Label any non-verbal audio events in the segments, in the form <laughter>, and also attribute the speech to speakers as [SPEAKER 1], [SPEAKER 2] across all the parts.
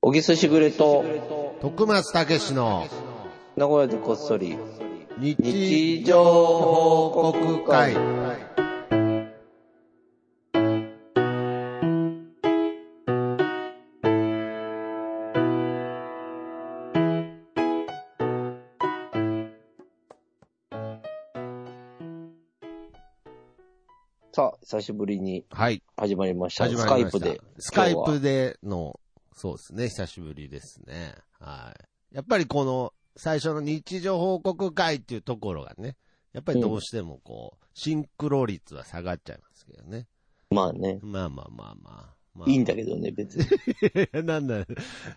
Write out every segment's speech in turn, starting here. [SPEAKER 1] 小木すしぐれと、
[SPEAKER 2] 徳松たけしの
[SPEAKER 1] 名古屋でこっそり、
[SPEAKER 2] 日
[SPEAKER 1] 日
[SPEAKER 2] 常
[SPEAKER 1] 常報
[SPEAKER 2] 報
[SPEAKER 1] 告
[SPEAKER 2] 告
[SPEAKER 1] 会
[SPEAKER 2] 会。。
[SPEAKER 1] さあ、久しぶりに
[SPEAKER 2] はい。
[SPEAKER 1] 始まりました。
[SPEAKER 2] 始ま
[SPEAKER 1] ス
[SPEAKER 2] りま
[SPEAKER 1] カ
[SPEAKER 2] した。
[SPEAKER 1] イプで。
[SPEAKER 2] スカイ
[SPEAKER 1] 今日は
[SPEAKER 2] プでの、そうですね、久しぶりですね。はい。やっぱりこの、最初の日常報告会っていうところがね、やっぱりどうしてもこう、シンクロ率は下がっちゃいますけどね。
[SPEAKER 1] まあね。
[SPEAKER 2] まあまあまあまあ。まあ、
[SPEAKER 1] いいんだけどね、別に。
[SPEAKER 2] いや <laughs> なんだ、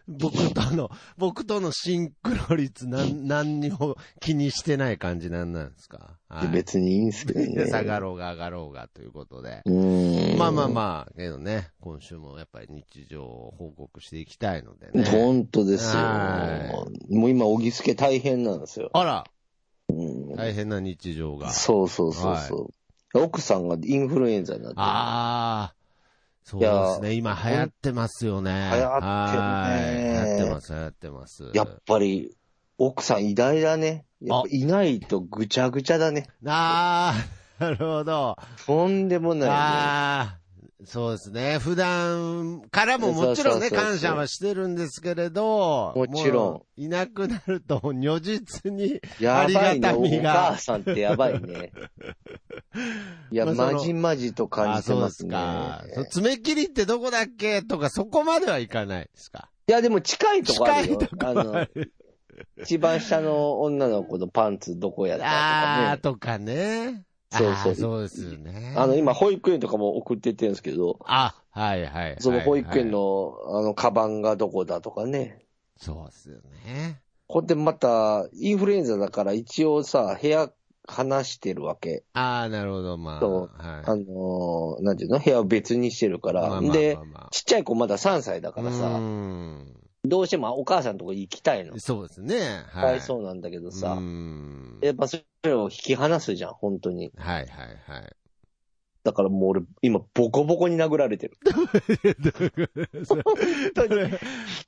[SPEAKER 2] 僕との、僕とのシンクロ率なん、何にも気にしてない感じなんなんですか。はい、
[SPEAKER 1] 別にいいんすけどね。
[SPEAKER 2] <laughs> 下がろうが上がろうがということで。
[SPEAKER 1] うーん。
[SPEAKER 2] まあまあまあ、けどね、今週もやっぱり日常を報告していきたいので
[SPEAKER 1] ほ
[SPEAKER 2] ね。
[SPEAKER 1] 本当ですよ
[SPEAKER 2] は。
[SPEAKER 1] もう今、小木すけ大変なんですよ。
[SPEAKER 2] あら大変な日常が。
[SPEAKER 1] そうそうそうそう。奥さんがインフルエンザになって。
[SPEAKER 2] ああ、そうですね。
[SPEAKER 1] い
[SPEAKER 2] 今流行ってますよね。
[SPEAKER 1] 流行ってるね
[SPEAKER 2] はい流行ってます、流行ってます。
[SPEAKER 1] やっぱり、奥さん偉大だね。やっぱいないとぐちゃぐちゃだね。
[SPEAKER 2] ああ、なるほど。
[SPEAKER 1] とんでもない、ね。
[SPEAKER 2] ああ、そうですね。普段からももちろん
[SPEAKER 1] そうそうそ
[SPEAKER 2] ね、
[SPEAKER 1] うそう
[SPEAKER 2] 感謝はしてるんですけれど、
[SPEAKER 1] もちろん
[SPEAKER 2] もういなくなると、如実に、
[SPEAKER 1] やばいね。
[SPEAKER 2] ありがた
[SPEAKER 1] お
[SPEAKER 2] みが
[SPEAKER 1] 母さんってやばい
[SPEAKER 2] <laughs>
[SPEAKER 1] ね。いや、
[SPEAKER 2] まあその
[SPEAKER 1] まじまじと感
[SPEAKER 2] あ
[SPEAKER 1] じて
[SPEAKER 2] そうで
[SPEAKER 1] ます
[SPEAKER 2] す
[SPEAKER 1] ね。
[SPEAKER 2] か。その爪切りってどこだっけとか、そこまではいかないですか。
[SPEAKER 1] いや、でも近いとこあ
[SPEAKER 2] 近
[SPEAKER 1] るよ
[SPEAKER 2] い。とこ
[SPEAKER 1] あ
[SPEAKER 2] は
[SPEAKER 1] の、一番下の女の子のパンツどこやったと
[SPEAKER 2] あ
[SPEAKER 1] か
[SPEAKER 2] あ、とかね。
[SPEAKER 1] そうそう
[SPEAKER 2] あーそうですよね
[SPEAKER 1] ね。。あの、今、保育園とかも送ってってるんですけど、
[SPEAKER 2] あ、はいはいはい。
[SPEAKER 1] その保育園。の、あの、カバンがどこだとかね。
[SPEAKER 2] そうですよね。
[SPEAKER 1] ほんでまた、インフルエンザだから一応さ、部屋離してるわけ。
[SPEAKER 2] ああ、なるほど、まあ。
[SPEAKER 1] そうあ
[SPEAKER 2] は
[SPEAKER 1] のーなんていうの部屋を別にしてるか
[SPEAKER 2] い。
[SPEAKER 1] ら。
[SPEAKER 2] まあまあ
[SPEAKER 1] で
[SPEAKER 2] まあ、まあ
[SPEAKER 1] ちっちゃい子まだ3歳だから
[SPEAKER 2] う
[SPEAKER 1] さ、
[SPEAKER 2] ん
[SPEAKER 1] どうしてもお母さんのとこ行きたいの。
[SPEAKER 2] そうですね。
[SPEAKER 1] かわ
[SPEAKER 2] はいい。
[SPEAKER 1] そうなんだけどさ
[SPEAKER 2] う、ん
[SPEAKER 1] やっぱそれを引き離すじゃん、本当に。
[SPEAKER 2] はいはいはい。
[SPEAKER 1] だからもう俺、今、ボコボコに殴られて
[SPEAKER 2] <laughs>
[SPEAKER 1] る。
[SPEAKER 2] それ、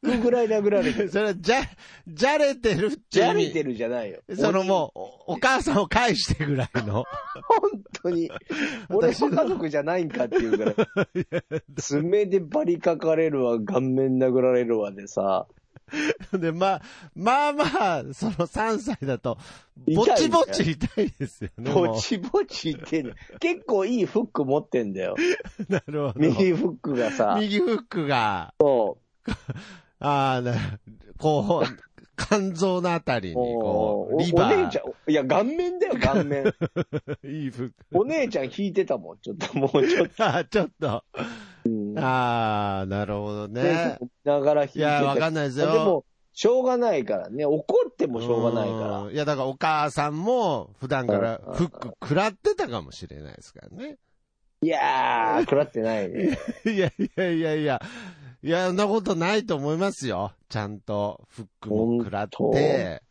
[SPEAKER 1] 引くぐらい殴られてる。
[SPEAKER 2] それ、じゃ、じゃれてるっていう意味。
[SPEAKER 1] じゃれてるじゃないよ。
[SPEAKER 2] そのもう、おお母さんを返してぐらいの。
[SPEAKER 1] 本当
[SPEAKER 2] <laughs>
[SPEAKER 1] に。俺の家族じゃないんかっていうぐらい。爪でバリかかれるわ、顔面殴られるわでさ。
[SPEAKER 2] <laughs> で、まあ、まあまあ、その3歳だと、ぼちぼち痛いですよね。もう
[SPEAKER 1] ぼちぼちいってんの。結構いいフック持ってんだよ。
[SPEAKER 2] なるほど。
[SPEAKER 1] 右フックがさ。
[SPEAKER 2] 右フックが、
[SPEAKER 1] そ
[SPEAKER 2] ああ、なこう、肝臓のあたり
[SPEAKER 1] う
[SPEAKER 2] に、
[SPEAKER 1] お
[SPEAKER 2] こ
[SPEAKER 1] お
[SPEAKER 2] う、リバー。
[SPEAKER 1] お姉ちゃん、いや、顔面だよ、顔
[SPEAKER 2] <laughs>
[SPEAKER 1] 面。
[SPEAKER 2] いいフック。 <laughs>
[SPEAKER 1] お姉ちゃん引いてたもん、ちょっと、もうちょっ
[SPEAKER 2] ああ、ちょっと。
[SPEAKER 1] と。うん
[SPEAKER 2] ああ、なるほどね
[SPEAKER 1] ね。ながら引い
[SPEAKER 2] い
[SPEAKER 1] て
[SPEAKER 2] や、わ
[SPEAKER 1] た
[SPEAKER 2] かんないです
[SPEAKER 1] で
[SPEAKER 2] よ。
[SPEAKER 1] も、しょうがないからね。怒ってもしょうがないから
[SPEAKER 2] うん。いや、だからお母さんも普段からフック食らってたかもしれないですからね。
[SPEAKER 1] いやー、食らってないね。
[SPEAKER 2] いやいやいやいや。いや、そんなことないと思いますよ。ちゃんとフックも食らって。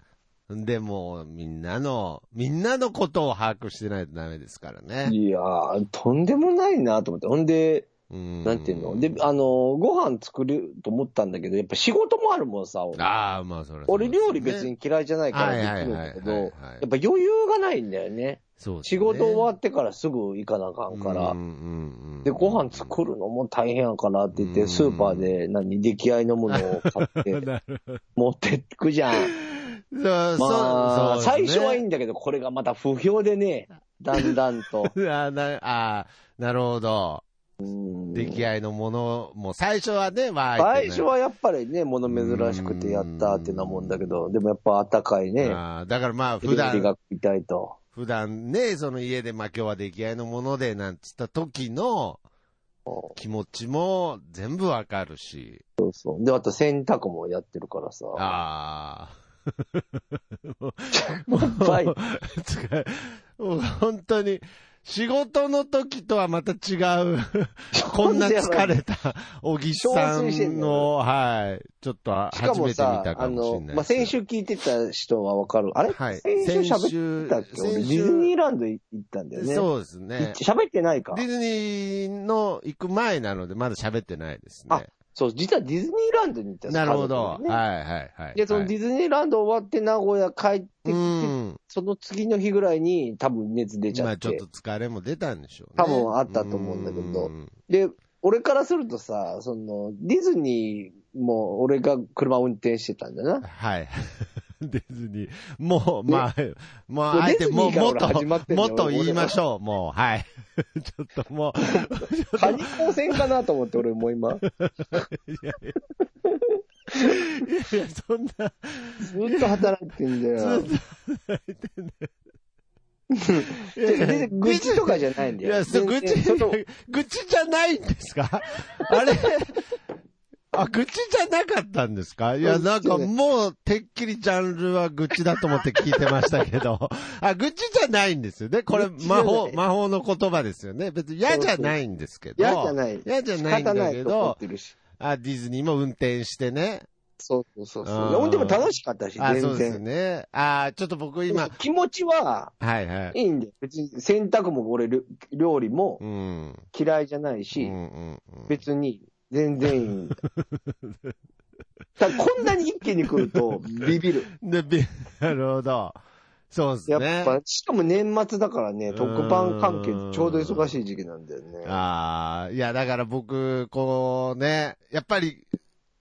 [SPEAKER 2] でも、みんなの、みんなのことを把握してないとダメですからね。
[SPEAKER 1] いやー、とんでもないなと思って。ほんで、
[SPEAKER 2] うん。
[SPEAKER 1] なんていうので、あの、ご飯作ると思ったんだけど、やっぱ仕事もあるもんさ。
[SPEAKER 2] ああ、まあそれ、
[SPEAKER 1] 俺料理別に嫌いじゃないか
[SPEAKER 2] はい
[SPEAKER 1] ら
[SPEAKER 2] は
[SPEAKER 1] で
[SPEAKER 2] い
[SPEAKER 1] きるん
[SPEAKER 2] は
[SPEAKER 1] だ
[SPEAKER 2] い
[SPEAKER 1] け
[SPEAKER 2] は
[SPEAKER 1] ど、
[SPEAKER 2] い
[SPEAKER 1] やっ
[SPEAKER 2] はい。
[SPEAKER 1] ぱ余裕がないんだよね。
[SPEAKER 2] そうです
[SPEAKER 1] 仕
[SPEAKER 2] ね
[SPEAKER 1] 事終わってからすぐ行かなあかんから
[SPEAKER 2] うん。うんうん
[SPEAKER 1] で、ご飯作るのも大変やからって言っ
[SPEAKER 2] うん
[SPEAKER 1] て、スーパーで何、出来合いのものを買って
[SPEAKER 2] <laughs> なる
[SPEAKER 1] 持ってくじゃん。
[SPEAKER 2] ほど <laughs> そう、
[SPEAKER 1] まあ、
[SPEAKER 2] そう、そう
[SPEAKER 1] 最
[SPEAKER 2] です
[SPEAKER 1] 初
[SPEAKER 2] ね
[SPEAKER 1] はいいんだけど、これがまた不評でね、だんだん
[SPEAKER 2] <laughs>
[SPEAKER 1] と。
[SPEAKER 2] あな、あなるほど。
[SPEAKER 1] うん
[SPEAKER 2] 出来合いのものも、最初はね、わーいって
[SPEAKER 1] 最
[SPEAKER 2] ね
[SPEAKER 1] 初はやっぱりね、物珍しくてやったってなもんだけど、でもやっぱあったかいね、
[SPEAKER 2] あーだからまあ、普
[SPEAKER 1] 料理
[SPEAKER 2] 段、
[SPEAKER 1] が食いたいと。
[SPEAKER 2] 普段ね、その家で、まあ今日は出来合いのもので、なんつった時の気持ちも全部わかるし。
[SPEAKER 1] そうそう。で、あと洗濯もやってるからさ。
[SPEAKER 2] ああ。
[SPEAKER 1] もういっぱい。 <laughs>
[SPEAKER 2] つかもう本当に、仕事の時とはまた違
[SPEAKER 1] <laughs>
[SPEAKER 2] う、こんな疲れた、小木さ
[SPEAKER 1] 憔悴してんだ
[SPEAKER 2] んの、
[SPEAKER 1] よ
[SPEAKER 2] はい、ちょっと
[SPEAKER 1] しか
[SPEAKER 2] 初
[SPEAKER 1] も
[SPEAKER 2] めて見
[SPEAKER 1] さ、
[SPEAKER 2] た
[SPEAKER 1] あ
[SPEAKER 2] かもしれ
[SPEAKER 1] の
[SPEAKER 2] ないです、
[SPEAKER 1] まあ、先週聞いてた人はわかる。あれ、
[SPEAKER 2] はい
[SPEAKER 1] 先週喋ってたっけ俺
[SPEAKER 2] 先週
[SPEAKER 1] デ
[SPEAKER 2] 先週
[SPEAKER 1] ィズニーランド行ったんだよね。
[SPEAKER 2] そうです
[SPEAKER 1] 行っ
[SPEAKER 2] ね
[SPEAKER 1] て。喋ってないか
[SPEAKER 2] デ。ィズニーの行く前なので、まだ喋ってないですね。
[SPEAKER 1] そう、実はディズニーランドに行ったんです
[SPEAKER 2] なるほ
[SPEAKER 1] 家
[SPEAKER 2] ど。
[SPEAKER 1] 族でね
[SPEAKER 2] はいはいはい。
[SPEAKER 1] で、その
[SPEAKER 2] はい
[SPEAKER 1] ディズニーランド終わって名古屋帰ってきて、
[SPEAKER 2] うん。
[SPEAKER 1] その次の日ぐらいに多分熱出ち
[SPEAKER 2] ま
[SPEAKER 1] ゃ
[SPEAKER 2] あ
[SPEAKER 1] っ
[SPEAKER 2] ちょってと。疲れも出たんでしょうね。
[SPEAKER 1] 多分あったと思うんだけど
[SPEAKER 2] うん
[SPEAKER 1] で、俺からするとさ、その、ディズニーも俺が車運転してたんだな。
[SPEAKER 2] はい。 <laughs> ディズニー。もう、まあ、もう、
[SPEAKER 1] もう
[SPEAKER 2] あえて、もう、
[SPEAKER 1] ディズニ
[SPEAKER 2] も
[SPEAKER 1] ー
[SPEAKER 2] っ
[SPEAKER 1] から
[SPEAKER 2] と
[SPEAKER 1] 俺始まっ、てんの
[SPEAKER 2] もっと言いましょう、もう、はい。 <laughs> ちょっとも
[SPEAKER 1] カニ光線かなと思って俺も今。ず
[SPEAKER 2] う、いや、そんな、
[SPEAKER 1] っと働いてんだよ。
[SPEAKER 2] <laughs> ずっ
[SPEAKER 1] <laughs>
[SPEAKER 2] と、いやいや
[SPEAKER 1] で愚痴とかじゃないん
[SPEAKER 2] い
[SPEAKER 1] だよ。
[SPEAKER 2] や、そう愚痴
[SPEAKER 1] 全然その、
[SPEAKER 2] 愚痴じゃないんで
[SPEAKER 1] <laughs>
[SPEAKER 2] すかあれあ、愚痴じゃなかったんですかいや、
[SPEAKER 1] うん
[SPEAKER 2] なんかもう、てっきりジャンルは愚痴だと思って聞いてましたけ
[SPEAKER 1] <laughs>
[SPEAKER 2] ど。あ、愚痴じゃないんですよね。これ、
[SPEAKER 1] 愚痴じゃな
[SPEAKER 2] 魔
[SPEAKER 1] い
[SPEAKER 2] 法、魔法の言葉ですよね。別に嫌じゃないんですけど。
[SPEAKER 1] 嫌じゃない。
[SPEAKER 2] 嫌じゃない
[SPEAKER 1] 仕
[SPEAKER 2] ん
[SPEAKER 1] 方な
[SPEAKER 2] だ
[SPEAKER 1] い
[SPEAKER 2] け
[SPEAKER 1] と思っ
[SPEAKER 2] ど、
[SPEAKER 1] てるし。
[SPEAKER 2] あ、ディズニーも運転してね。
[SPEAKER 1] そうそうそう
[SPEAKER 2] あー
[SPEAKER 1] そう。でも楽しかったし、
[SPEAKER 2] あ、
[SPEAKER 1] 全
[SPEAKER 2] そうです
[SPEAKER 1] 然。
[SPEAKER 2] ね。あ、ちょっと僕今、
[SPEAKER 1] 気持ちは、
[SPEAKER 2] はいはい。
[SPEAKER 1] いいんだよ。別に洗濯も俺、料料理も
[SPEAKER 2] うん。
[SPEAKER 1] 嫌いじゃない
[SPEAKER 2] うんう
[SPEAKER 1] し、
[SPEAKER 2] んうん
[SPEAKER 1] 別に全然いい <laughs> んだよ。ただこんなに一気に来る
[SPEAKER 2] <laughs>
[SPEAKER 1] とビビる。
[SPEAKER 2] で、び <laughs> なるほど。そうです
[SPEAKER 1] や
[SPEAKER 2] ね。
[SPEAKER 1] っぱ、しかも年末だからね、特番関係でちょうど忙しい時期なんだよね。
[SPEAKER 2] ああ、いや、だから僕、こうね、やっぱり、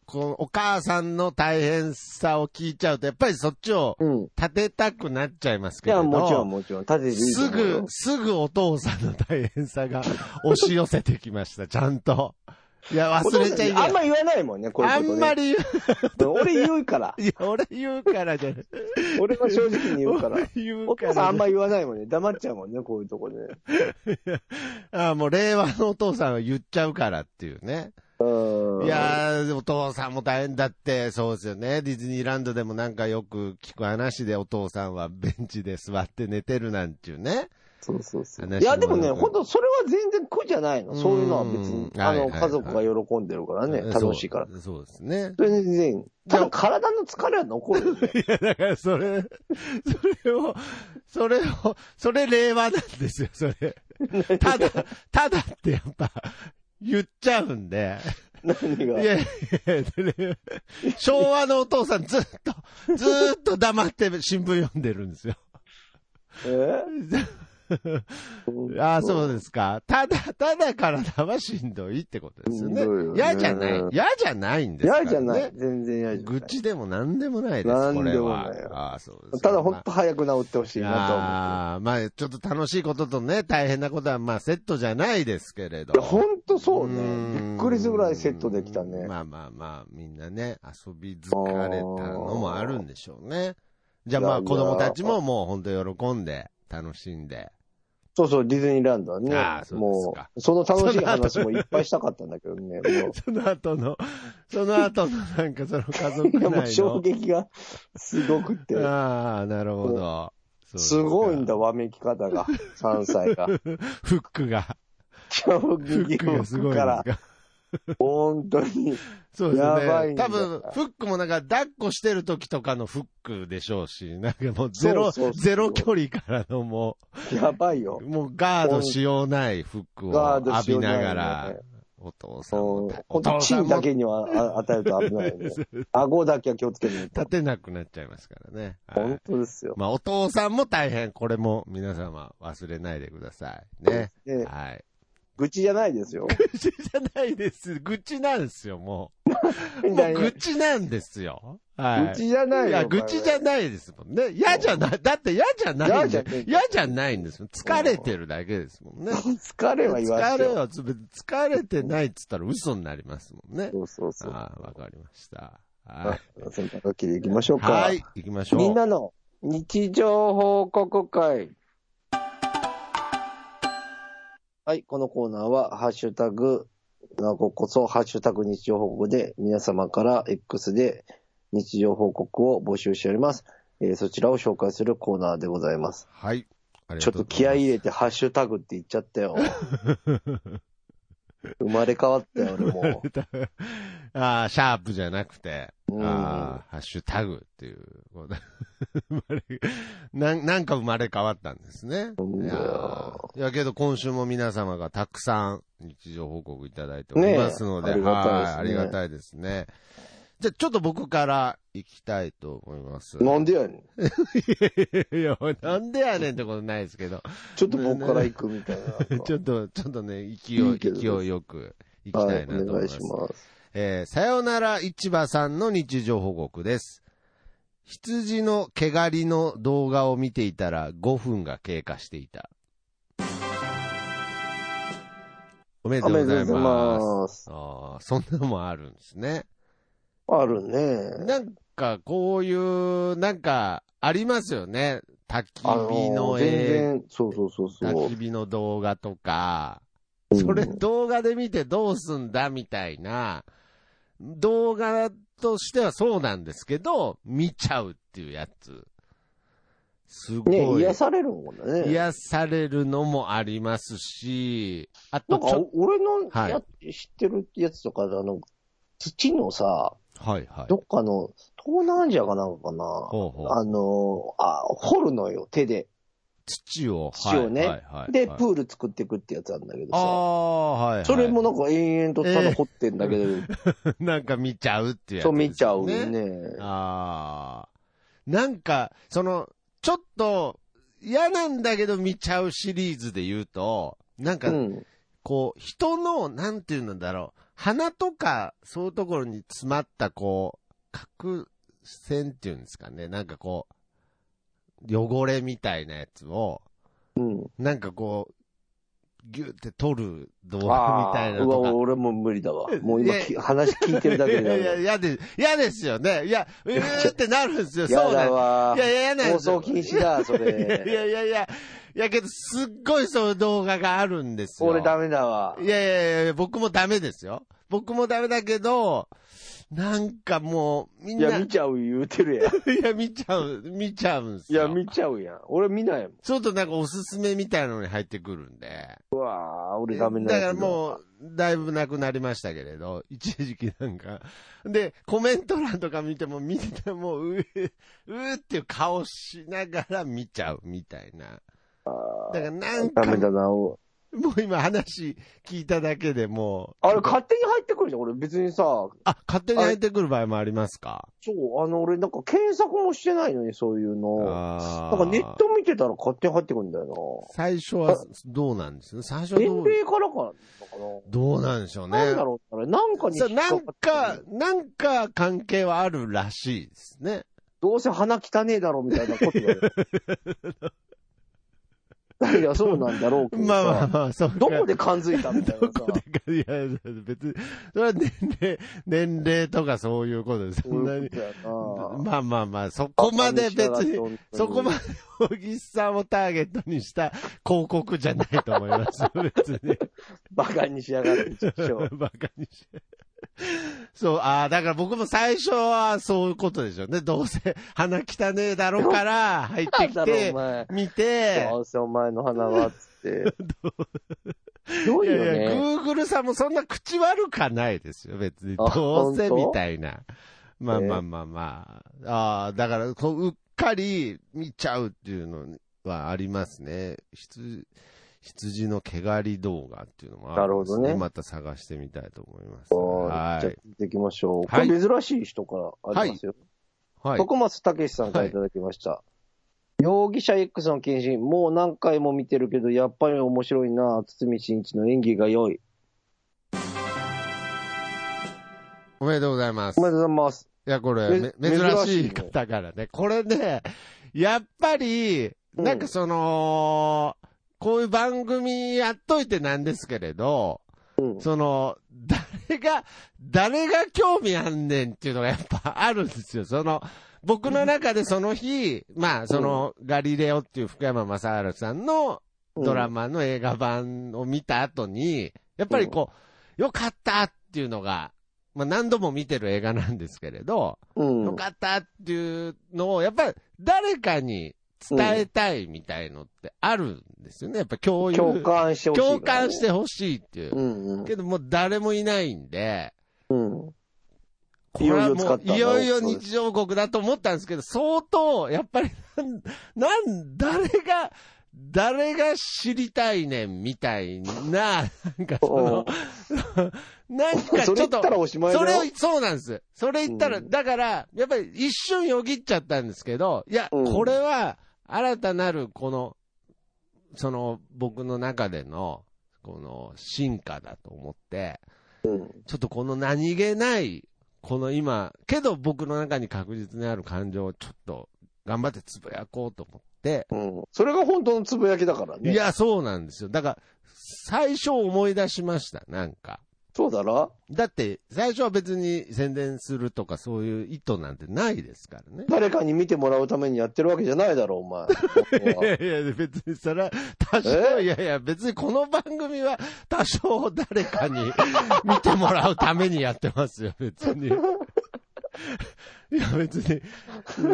[SPEAKER 2] こう、お母さんの大変さを聞いちゃうと、やっぱりそっちを
[SPEAKER 1] うん。
[SPEAKER 2] 立てたくなっちゃいます
[SPEAKER 1] い
[SPEAKER 2] けれ
[SPEAKER 1] や、
[SPEAKER 2] ど。
[SPEAKER 1] もちろんもちろん。立てていいと
[SPEAKER 2] す
[SPEAKER 1] 思う
[SPEAKER 2] ぐ
[SPEAKER 1] よ、
[SPEAKER 2] すぐお父さんの大変さが押し寄せてきました、ちゃんと。いや、忘れちゃいけな
[SPEAKER 1] あ
[SPEAKER 2] い
[SPEAKER 1] ん。ま言わないもんね、こういう
[SPEAKER 2] あ
[SPEAKER 1] ことね。
[SPEAKER 2] んまり言
[SPEAKER 1] 俺言うから。
[SPEAKER 2] う、いや、俺言うからじゃない。
[SPEAKER 1] 俺は正直に言う
[SPEAKER 2] <laughs>
[SPEAKER 1] から。
[SPEAKER 2] 俺言
[SPEAKER 1] お
[SPEAKER 2] う
[SPEAKER 1] 父
[SPEAKER 2] からじ
[SPEAKER 1] さん
[SPEAKER 2] ゃ
[SPEAKER 1] あん
[SPEAKER 2] な
[SPEAKER 1] ま
[SPEAKER 2] い。
[SPEAKER 1] 言わないもんね。黙っちゃうもんね、こういうとこね。
[SPEAKER 2] ああ、もう令和のお父さんは言っちゃうからっていうね。
[SPEAKER 1] うん。
[SPEAKER 2] いやー、お父さんも大変だって、そうですよね。ディズニーランドでもなんかよく聞く話で、お父さんはベンチで座って寝てるなんていうね。
[SPEAKER 1] そうそうそう。
[SPEAKER 2] 話
[SPEAKER 1] いや、でもね、
[SPEAKER 2] もなく
[SPEAKER 1] 本当それは全然苦じゃないの。そういうのは別に。
[SPEAKER 2] うん
[SPEAKER 1] あ
[SPEAKER 2] はい
[SPEAKER 1] の、
[SPEAKER 2] はい
[SPEAKER 1] 家族が喜んでるからね、楽しいから。
[SPEAKER 2] そう。そうですね。 <laughs>
[SPEAKER 1] 全然。ただ体の疲れは残るよね。
[SPEAKER 2] いや、だからそれ、それを、それを、それ令和なんですよ、
[SPEAKER 1] <laughs>
[SPEAKER 2] それ。ただ、ただってやっぱ、言っちゃうんで。
[SPEAKER 1] 何
[SPEAKER 2] い
[SPEAKER 1] が。
[SPEAKER 2] やいやいや、昭和のお父さんずっと、ずーっと黙って新聞読んでるんですよ。
[SPEAKER 1] え
[SPEAKER 2] <laughs> ああ、そうですか。ただ、ただ体はしんどいってことですよね
[SPEAKER 1] しんどいよ。ね
[SPEAKER 2] 嫌じゃない。嫌じゃないんですから、
[SPEAKER 1] 嫌
[SPEAKER 2] ね。
[SPEAKER 1] じゃない。。全然嫌じゃな
[SPEAKER 2] 愚
[SPEAKER 1] い。
[SPEAKER 2] 痴でも何でもないです、
[SPEAKER 1] 何
[SPEAKER 2] こ
[SPEAKER 1] で
[SPEAKER 2] れ
[SPEAKER 1] も
[SPEAKER 2] は
[SPEAKER 1] ない。
[SPEAKER 2] ああ、そうです。
[SPEAKER 1] ただ本当早く治ってほしいなと思
[SPEAKER 2] ああ、まあ、ちょっと楽しいこととね、大変なことは、まあ、セットじゃないですけれど。
[SPEAKER 1] う。いや、本当そう
[SPEAKER 2] ー
[SPEAKER 1] ね。
[SPEAKER 2] ん
[SPEAKER 1] びっくりするぐらいセットできたね。
[SPEAKER 2] まあまあまあ、みんなね、遊び疲れたのもあるんでしょうね。じゃあま
[SPEAKER 1] いや
[SPEAKER 2] あ、
[SPEAKER 1] いや
[SPEAKER 2] 子供たちももう本当喜んで、楽しんで。
[SPEAKER 1] そうそう、ディズニーランドはね
[SPEAKER 2] ああ。そうです
[SPEAKER 1] も
[SPEAKER 2] か
[SPEAKER 1] う、その楽しい話もいっぱいしたかったんだけどね。もう
[SPEAKER 2] <laughs> その後の、その後のなんかその家族
[SPEAKER 1] いや、もう
[SPEAKER 2] 内
[SPEAKER 1] 衝
[SPEAKER 2] の。
[SPEAKER 1] 撃がすごくて。
[SPEAKER 2] ああ、なるほど。そうです
[SPEAKER 1] す
[SPEAKER 2] か
[SPEAKER 1] ごいんだ、。わめき方が。3歳
[SPEAKER 2] <laughs>
[SPEAKER 1] が。
[SPEAKER 2] フックが。
[SPEAKER 1] 衝
[SPEAKER 2] フッ
[SPEAKER 1] 撃
[SPEAKER 2] クがすご
[SPEAKER 1] 力
[SPEAKER 2] いんで
[SPEAKER 1] から
[SPEAKER 2] す、か。
[SPEAKER 1] 本当に。
[SPEAKER 2] そうです
[SPEAKER 1] やばい
[SPEAKER 2] ね。
[SPEAKER 1] んだ
[SPEAKER 2] 多分、フックもなんか抱っこしてる時とかのフックでしょうし、なんかもうゼロ、
[SPEAKER 1] そうそうそう
[SPEAKER 2] ゼロ距離からのも
[SPEAKER 1] やばいよ
[SPEAKER 2] う、。もうガードしようないフック
[SPEAKER 1] ガー
[SPEAKER 2] を
[SPEAKER 1] ド
[SPEAKER 2] 浴
[SPEAKER 1] しよ
[SPEAKER 2] び
[SPEAKER 1] うない
[SPEAKER 2] な
[SPEAKER 1] ね
[SPEAKER 2] がら、お父さんも
[SPEAKER 1] うん、
[SPEAKER 2] お
[SPEAKER 1] 本当
[SPEAKER 2] 父
[SPEAKER 1] チ
[SPEAKER 2] さん
[SPEAKER 1] ンだ
[SPEAKER 2] も
[SPEAKER 1] けにはあ与えると危ないよね。顎だけは気をつけてみ
[SPEAKER 2] 立てなくなっちゃいますからね。はい
[SPEAKER 1] 本当ですよ。
[SPEAKER 2] まあ、お父さんも大変。これも皆様忘れないでください。ね。
[SPEAKER 1] で
[SPEAKER 2] はい。 <laughs>
[SPEAKER 1] 愚痴じゃないですよ。
[SPEAKER 2] 愚痴じゃないです。愚痴なんですよ、も
[SPEAKER 1] <laughs>
[SPEAKER 2] う。もう愚
[SPEAKER 1] 愚
[SPEAKER 2] 痴なんですよ。はい。
[SPEAKER 1] 痴じゃないよ。
[SPEAKER 2] いや、愚痴じゃ
[SPEAKER 1] い。
[SPEAKER 2] ないですもんね。嫌じゃない、だって嫌じゃないんだよ
[SPEAKER 1] 嫌じゃねえ
[SPEAKER 2] 嫌じゃないんですよ。疲れてるだけですもんね。
[SPEAKER 1] <laughs> 疲れは言わ
[SPEAKER 2] 疲
[SPEAKER 1] せ
[SPEAKER 2] れ
[SPEAKER 1] よ。
[SPEAKER 2] は、別に疲れてないっつったら嘘になりますもんね。
[SPEAKER 1] そうそうそう。
[SPEAKER 2] ああ、わかりました。は
[SPEAKER 1] 洗濯機で行きましょう
[SPEAKER 2] い。
[SPEAKER 1] か。
[SPEAKER 2] はい、行きましょう。
[SPEAKER 1] みんなの日常報告会。はい、このコーナーは、ハッシュタグ、なここそ、ハッシュタグ日常報告で、皆様から X で日常報告を募集しております。えーそちらを紹介するコーナーでございます。
[SPEAKER 2] はい。あり
[SPEAKER 1] ちょ
[SPEAKER 2] が
[SPEAKER 1] っと
[SPEAKER 2] とうござい
[SPEAKER 1] 気
[SPEAKER 2] ま
[SPEAKER 1] 合
[SPEAKER 2] す
[SPEAKER 1] い入れて、ハッシュタグって言っちゃった
[SPEAKER 2] <laughs>
[SPEAKER 1] よ。生まれ変わったよ、俺も。
[SPEAKER 2] <laughs> ああ、シャープじゃなくて、
[SPEAKER 1] うん
[SPEAKER 2] ああ、ハッシュタグっていうこと。生まれ <laughs> なん、なんか生まれ変わったんですね。
[SPEAKER 1] うん
[SPEAKER 2] いやーいやけど今週も皆様がたくさん日常報告いただいておりますので、
[SPEAKER 1] ねえ
[SPEAKER 2] はいあ
[SPEAKER 1] あ
[SPEAKER 2] り
[SPEAKER 1] り
[SPEAKER 2] が
[SPEAKER 1] が
[SPEAKER 2] たいですね。じゃあちょっと僕から行きたいと思います。
[SPEAKER 1] なんでやねん。
[SPEAKER 2] <laughs> いや、なんでやねんってことないですけど。
[SPEAKER 1] ちょっと僕から行くみたいな。
[SPEAKER 2] <laughs> ちょっと、ちょっとね、勢い、
[SPEAKER 1] いいけど
[SPEAKER 2] 勢いよく行き
[SPEAKER 1] は
[SPEAKER 2] た
[SPEAKER 1] い、
[SPEAKER 2] いなと
[SPEAKER 1] お
[SPEAKER 2] 思い
[SPEAKER 1] 願
[SPEAKER 2] ま
[SPEAKER 1] い
[SPEAKER 2] す
[SPEAKER 1] し。ます。
[SPEAKER 2] えーさよなら市場さんの日常報告です。羊の毛刈りの動画を見ていたら5分が経過していた。おめで
[SPEAKER 1] お
[SPEAKER 2] とう
[SPEAKER 1] めで
[SPEAKER 2] ござ
[SPEAKER 1] と
[SPEAKER 2] いう
[SPEAKER 1] ござい
[SPEAKER 2] ま
[SPEAKER 1] ます。
[SPEAKER 2] す。ああ、そんなのもあるんですね。
[SPEAKER 1] あるね。
[SPEAKER 2] なんか、こういう、なんか、ありますよね。焚き
[SPEAKER 1] あの
[SPEAKER 2] 火の
[SPEAKER 1] ー全
[SPEAKER 2] 映
[SPEAKER 1] 然、そうそうそう
[SPEAKER 2] 画、
[SPEAKER 1] そう
[SPEAKER 2] 焚き。火の動画とか、
[SPEAKER 1] うん
[SPEAKER 2] それ動画で見てどうすんだみたいな、動画としてはそうなんですけど、見ちゃうっていうやつ。すごい。
[SPEAKER 1] ね、癒されるもんだね。
[SPEAKER 2] 癒されるのもありますし、あ
[SPEAKER 1] な
[SPEAKER 2] と
[SPEAKER 1] ん
[SPEAKER 2] ち
[SPEAKER 1] か
[SPEAKER 2] ょ、
[SPEAKER 1] 俺の
[SPEAKER 2] はい
[SPEAKER 1] や、知ってるやつとかで、あの、土のさ、
[SPEAKER 2] はいはい。
[SPEAKER 1] どっかの、東南アジアかなんかかな。
[SPEAKER 2] ほうほう
[SPEAKER 1] あの、あ、掘るのよ、手で。
[SPEAKER 2] 土を、
[SPEAKER 1] 土をね
[SPEAKER 2] はいはいはい、
[SPEAKER 1] で、プ
[SPEAKER 2] はい
[SPEAKER 1] ール作っていくってやつなんだけど
[SPEAKER 2] あ
[SPEAKER 1] さ。
[SPEAKER 2] あ、はい、はい。
[SPEAKER 1] それもなんか延々とただ掘ってんだけど、
[SPEAKER 2] <laughs> なんか見ちゃうっていうやつ、
[SPEAKER 1] そう見ちゃうよ。ね。
[SPEAKER 2] ああ。なんか、その、ちょっと、嫌なんだけど見ちゃうシリーズで言うと、なん
[SPEAKER 1] う
[SPEAKER 2] か、
[SPEAKER 1] ん。
[SPEAKER 2] こう、人の、なんていうんだろう、鼻とか、そういうところに詰まった、こう、角栓っていうんですかね、なんかこう、汚れみたいなやつを、
[SPEAKER 1] うん。
[SPEAKER 2] なんかこう、ギュって取る動
[SPEAKER 1] あ
[SPEAKER 2] 画みたいな
[SPEAKER 1] ーう
[SPEAKER 2] のとか
[SPEAKER 1] わ、。俺もう無理だわ。もう今
[SPEAKER 2] い
[SPEAKER 1] き、話聞いてるだけ
[SPEAKER 2] い
[SPEAKER 1] でダ
[SPEAKER 2] やいや、
[SPEAKER 1] メ
[SPEAKER 2] 嫌で、嫌ですよね。いや、うーってなるんですよ。
[SPEAKER 1] だ。や
[SPEAKER 2] そうなん
[SPEAKER 1] だ
[SPEAKER 2] です
[SPEAKER 1] わ
[SPEAKER 2] い。やいや、嫌なん
[SPEAKER 1] 放
[SPEAKER 2] ですよ
[SPEAKER 1] 送禁止だ、そ
[SPEAKER 2] いやい
[SPEAKER 1] れ。
[SPEAKER 2] やいやいや、いやけど、すっごいそういう動画があるんですよ。
[SPEAKER 1] 俺ダメだわ。
[SPEAKER 2] いやいやいや、僕もダメですよ。僕もダメだけど、なんかもう、みん
[SPEAKER 1] い
[SPEAKER 2] な、
[SPEAKER 1] や、見ちゃう言うてるやん。
[SPEAKER 2] いや見ちゃう、見ちゃうんです
[SPEAKER 1] いや、
[SPEAKER 2] よ。
[SPEAKER 1] 見ちゃうやん。俺見ないもん。
[SPEAKER 2] ちょっとなんかおすすめみたいなのに入ってくるんで。
[SPEAKER 1] うわー俺ダメな
[SPEAKER 2] だ
[SPEAKER 1] やつ
[SPEAKER 2] からもう、だいぶなくなりましたけれど、 <laughs> 一時期なんか。で、コメント欄とか見ても、みんなもう、う <laughs> ー、うーっていう顔しながら見ちゃうみたいな。だからなん
[SPEAKER 1] ダ
[SPEAKER 2] か、
[SPEAKER 1] メだな。お
[SPEAKER 2] もう今話聞いただけでもう。
[SPEAKER 1] あれ、勝手に入ってくるじゃん。俺別にさ、
[SPEAKER 2] あ、勝手に入ってくる場合もありますか
[SPEAKER 1] そう、あの、俺なんか検索もしてないのに、そういうの。な
[SPEAKER 2] あ
[SPEAKER 1] んかネット見てたら勝手に入ってくるんだよ
[SPEAKER 2] 最初はどうなんですね最初
[SPEAKER 1] な。年
[SPEAKER 2] はどう、
[SPEAKER 1] 齢からかなのかな。
[SPEAKER 2] どうなんでしょうね。
[SPEAKER 1] なんだろうあれ、なんかに
[SPEAKER 2] そう
[SPEAKER 1] 引っ
[SPEAKER 2] なん
[SPEAKER 1] かかっ
[SPEAKER 2] か
[SPEAKER 1] てる、
[SPEAKER 2] なんか関係はあるらしいですね。
[SPEAKER 1] どうせ鼻汚ねえだろ、みたいなことだよ。 <laughs> いや、そうなんだろうけどさ。
[SPEAKER 2] まあまあまあ、そうか
[SPEAKER 1] どこで感づいたみたいな
[SPEAKER 2] ど
[SPEAKER 1] さ
[SPEAKER 2] こ。でか、いや、別に、それは年齢、年齢とかそういうことです。そんなに。
[SPEAKER 1] ま
[SPEAKER 2] まあまあまあ、そこまで別に、そこま
[SPEAKER 1] で。
[SPEAKER 2] で小木さんをターゲットにした広告じゃないと思います。別に。
[SPEAKER 1] バカにしやがって、ちょ
[SPEAKER 2] バカにして。 <laughs> そう、ああ、だから僕も最初はそういうことでしょうね。どうせ鼻汚ねえだろうから入って
[SPEAKER 1] なん
[SPEAKER 2] き
[SPEAKER 1] だろう、
[SPEAKER 2] て
[SPEAKER 1] お、前。
[SPEAKER 2] 見て、
[SPEAKER 1] どうせお前の鼻は、つ <laughs> って。ひど
[SPEAKER 2] い
[SPEAKER 1] いよ
[SPEAKER 2] やいや、
[SPEAKER 1] ね。
[SPEAKER 2] Google さんもそんな口悪かないですよ、別に。
[SPEAKER 1] あ
[SPEAKER 2] どうせ
[SPEAKER 1] 本当
[SPEAKER 2] みたいな。まあまあまあまあ。ああ、だから、こう、うっかり見ちゃうっていうのはありますね。羊、羊の毛刈り動画っていうのもあるんです
[SPEAKER 1] なるほどね
[SPEAKER 2] また探してみたいと思います。
[SPEAKER 1] は。
[SPEAKER 2] はい
[SPEAKER 1] じゃあ
[SPEAKER 2] い。
[SPEAKER 1] 続いていきましょう。こ
[SPEAKER 2] はい
[SPEAKER 1] れ珍しい人からありますよ。
[SPEAKER 2] はい。
[SPEAKER 1] 徳松武さんからいただきました。容疑者 X の検診、もう何回も見てるけど、やっぱり面白いな堤真一の演技が良い。
[SPEAKER 2] おめでとうございます。
[SPEAKER 1] おめ
[SPEAKER 2] い
[SPEAKER 1] でとうございます。
[SPEAKER 2] や、これ、め
[SPEAKER 1] め珍
[SPEAKER 2] 珍
[SPEAKER 1] しい
[SPEAKER 2] しい方からね。これね、やっぱり、
[SPEAKER 1] うん
[SPEAKER 2] なんかその、こういう番組やっといてなんですけれど、
[SPEAKER 1] うん。
[SPEAKER 2] その、誰が、誰が興味あんねんっていうのがやっぱあるんですよ。その、僕の中でその日、まあ、その、ガリレオっていう福山雅治さんのドラ
[SPEAKER 1] マ。
[SPEAKER 2] マの映画版を見た後に、やっぱりこう、よかったっていうのが、まあ何度も見てる映画なんですけれど、
[SPEAKER 1] うん。
[SPEAKER 2] よかったっていうのを、やっぱり誰かに伝えたいみたいのってあるんですよね。やっぱ共有。
[SPEAKER 1] 共感してほしいからね、
[SPEAKER 2] 共感してほしいっていう
[SPEAKER 1] う。んうん。
[SPEAKER 2] けどもう誰もいないんで、
[SPEAKER 1] うん。
[SPEAKER 2] これ
[SPEAKER 1] よ
[SPEAKER 2] はい
[SPEAKER 1] いよ
[SPEAKER 2] も
[SPEAKER 1] 使っ
[SPEAKER 2] う、
[SPEAKER 1] た
[SPEAKER 2] いよいよ日常国だと思ったんですけど、相当、やっぱり、なん、 <laughs> なん、誰が、誰が知りたいねん、みたいな、なんかその、 <laughs> なんかちょ
[SPEAKER 1] そ
[SPEAKER 2] っ
[SPEAKER 1] れ言
[SPEAKER 2] と、
[SPEAKER 1] ったらおしまいだ
[SPEAKER 2] そ
[SPEAKER 1] よ。
[SPEAKER 2] れを、そうなんです。それ言ったら、
[SPEAKER 1] うん
[SPEAKER 2] だから、やっぱり一瞬よぎっちゃったんですけど、いや、
[SPEAKER 1] うん
[SPEAKER 2] これは、新たなる、この、その、僕の中での、この、進化だと思って、
[SPEAKER 1] うん
[SPEAKER 2] ちょっとこの何気ない、この今、けど僕の中に確実にある感情をちょっと、頑張ってつぶやこうと思って、
[SPEAKER 1] うん。それが本当のつぶやきだからね。
[SPEAKER 2] い、や、そうなんですよ。だから、最初思い出しました、なんか。
[SPEAKER 1] そうだろ
[SPEAKER 2] だって、最初は別に宣伝するとかそういう意図なんてないですからね。
[SPEAKER 1] 誰かに見てもらうためにやってるわけじゃないだろ、お
[SPEAKER 2] <laughs>
[SPEAKER 1] 前。
[SPEAKER 2] いやいや、別にそれは、多少、いやいや、別にこの番組は多少誰かに <laughs> 見てもらうためにやってますよ、別に。いや、別に、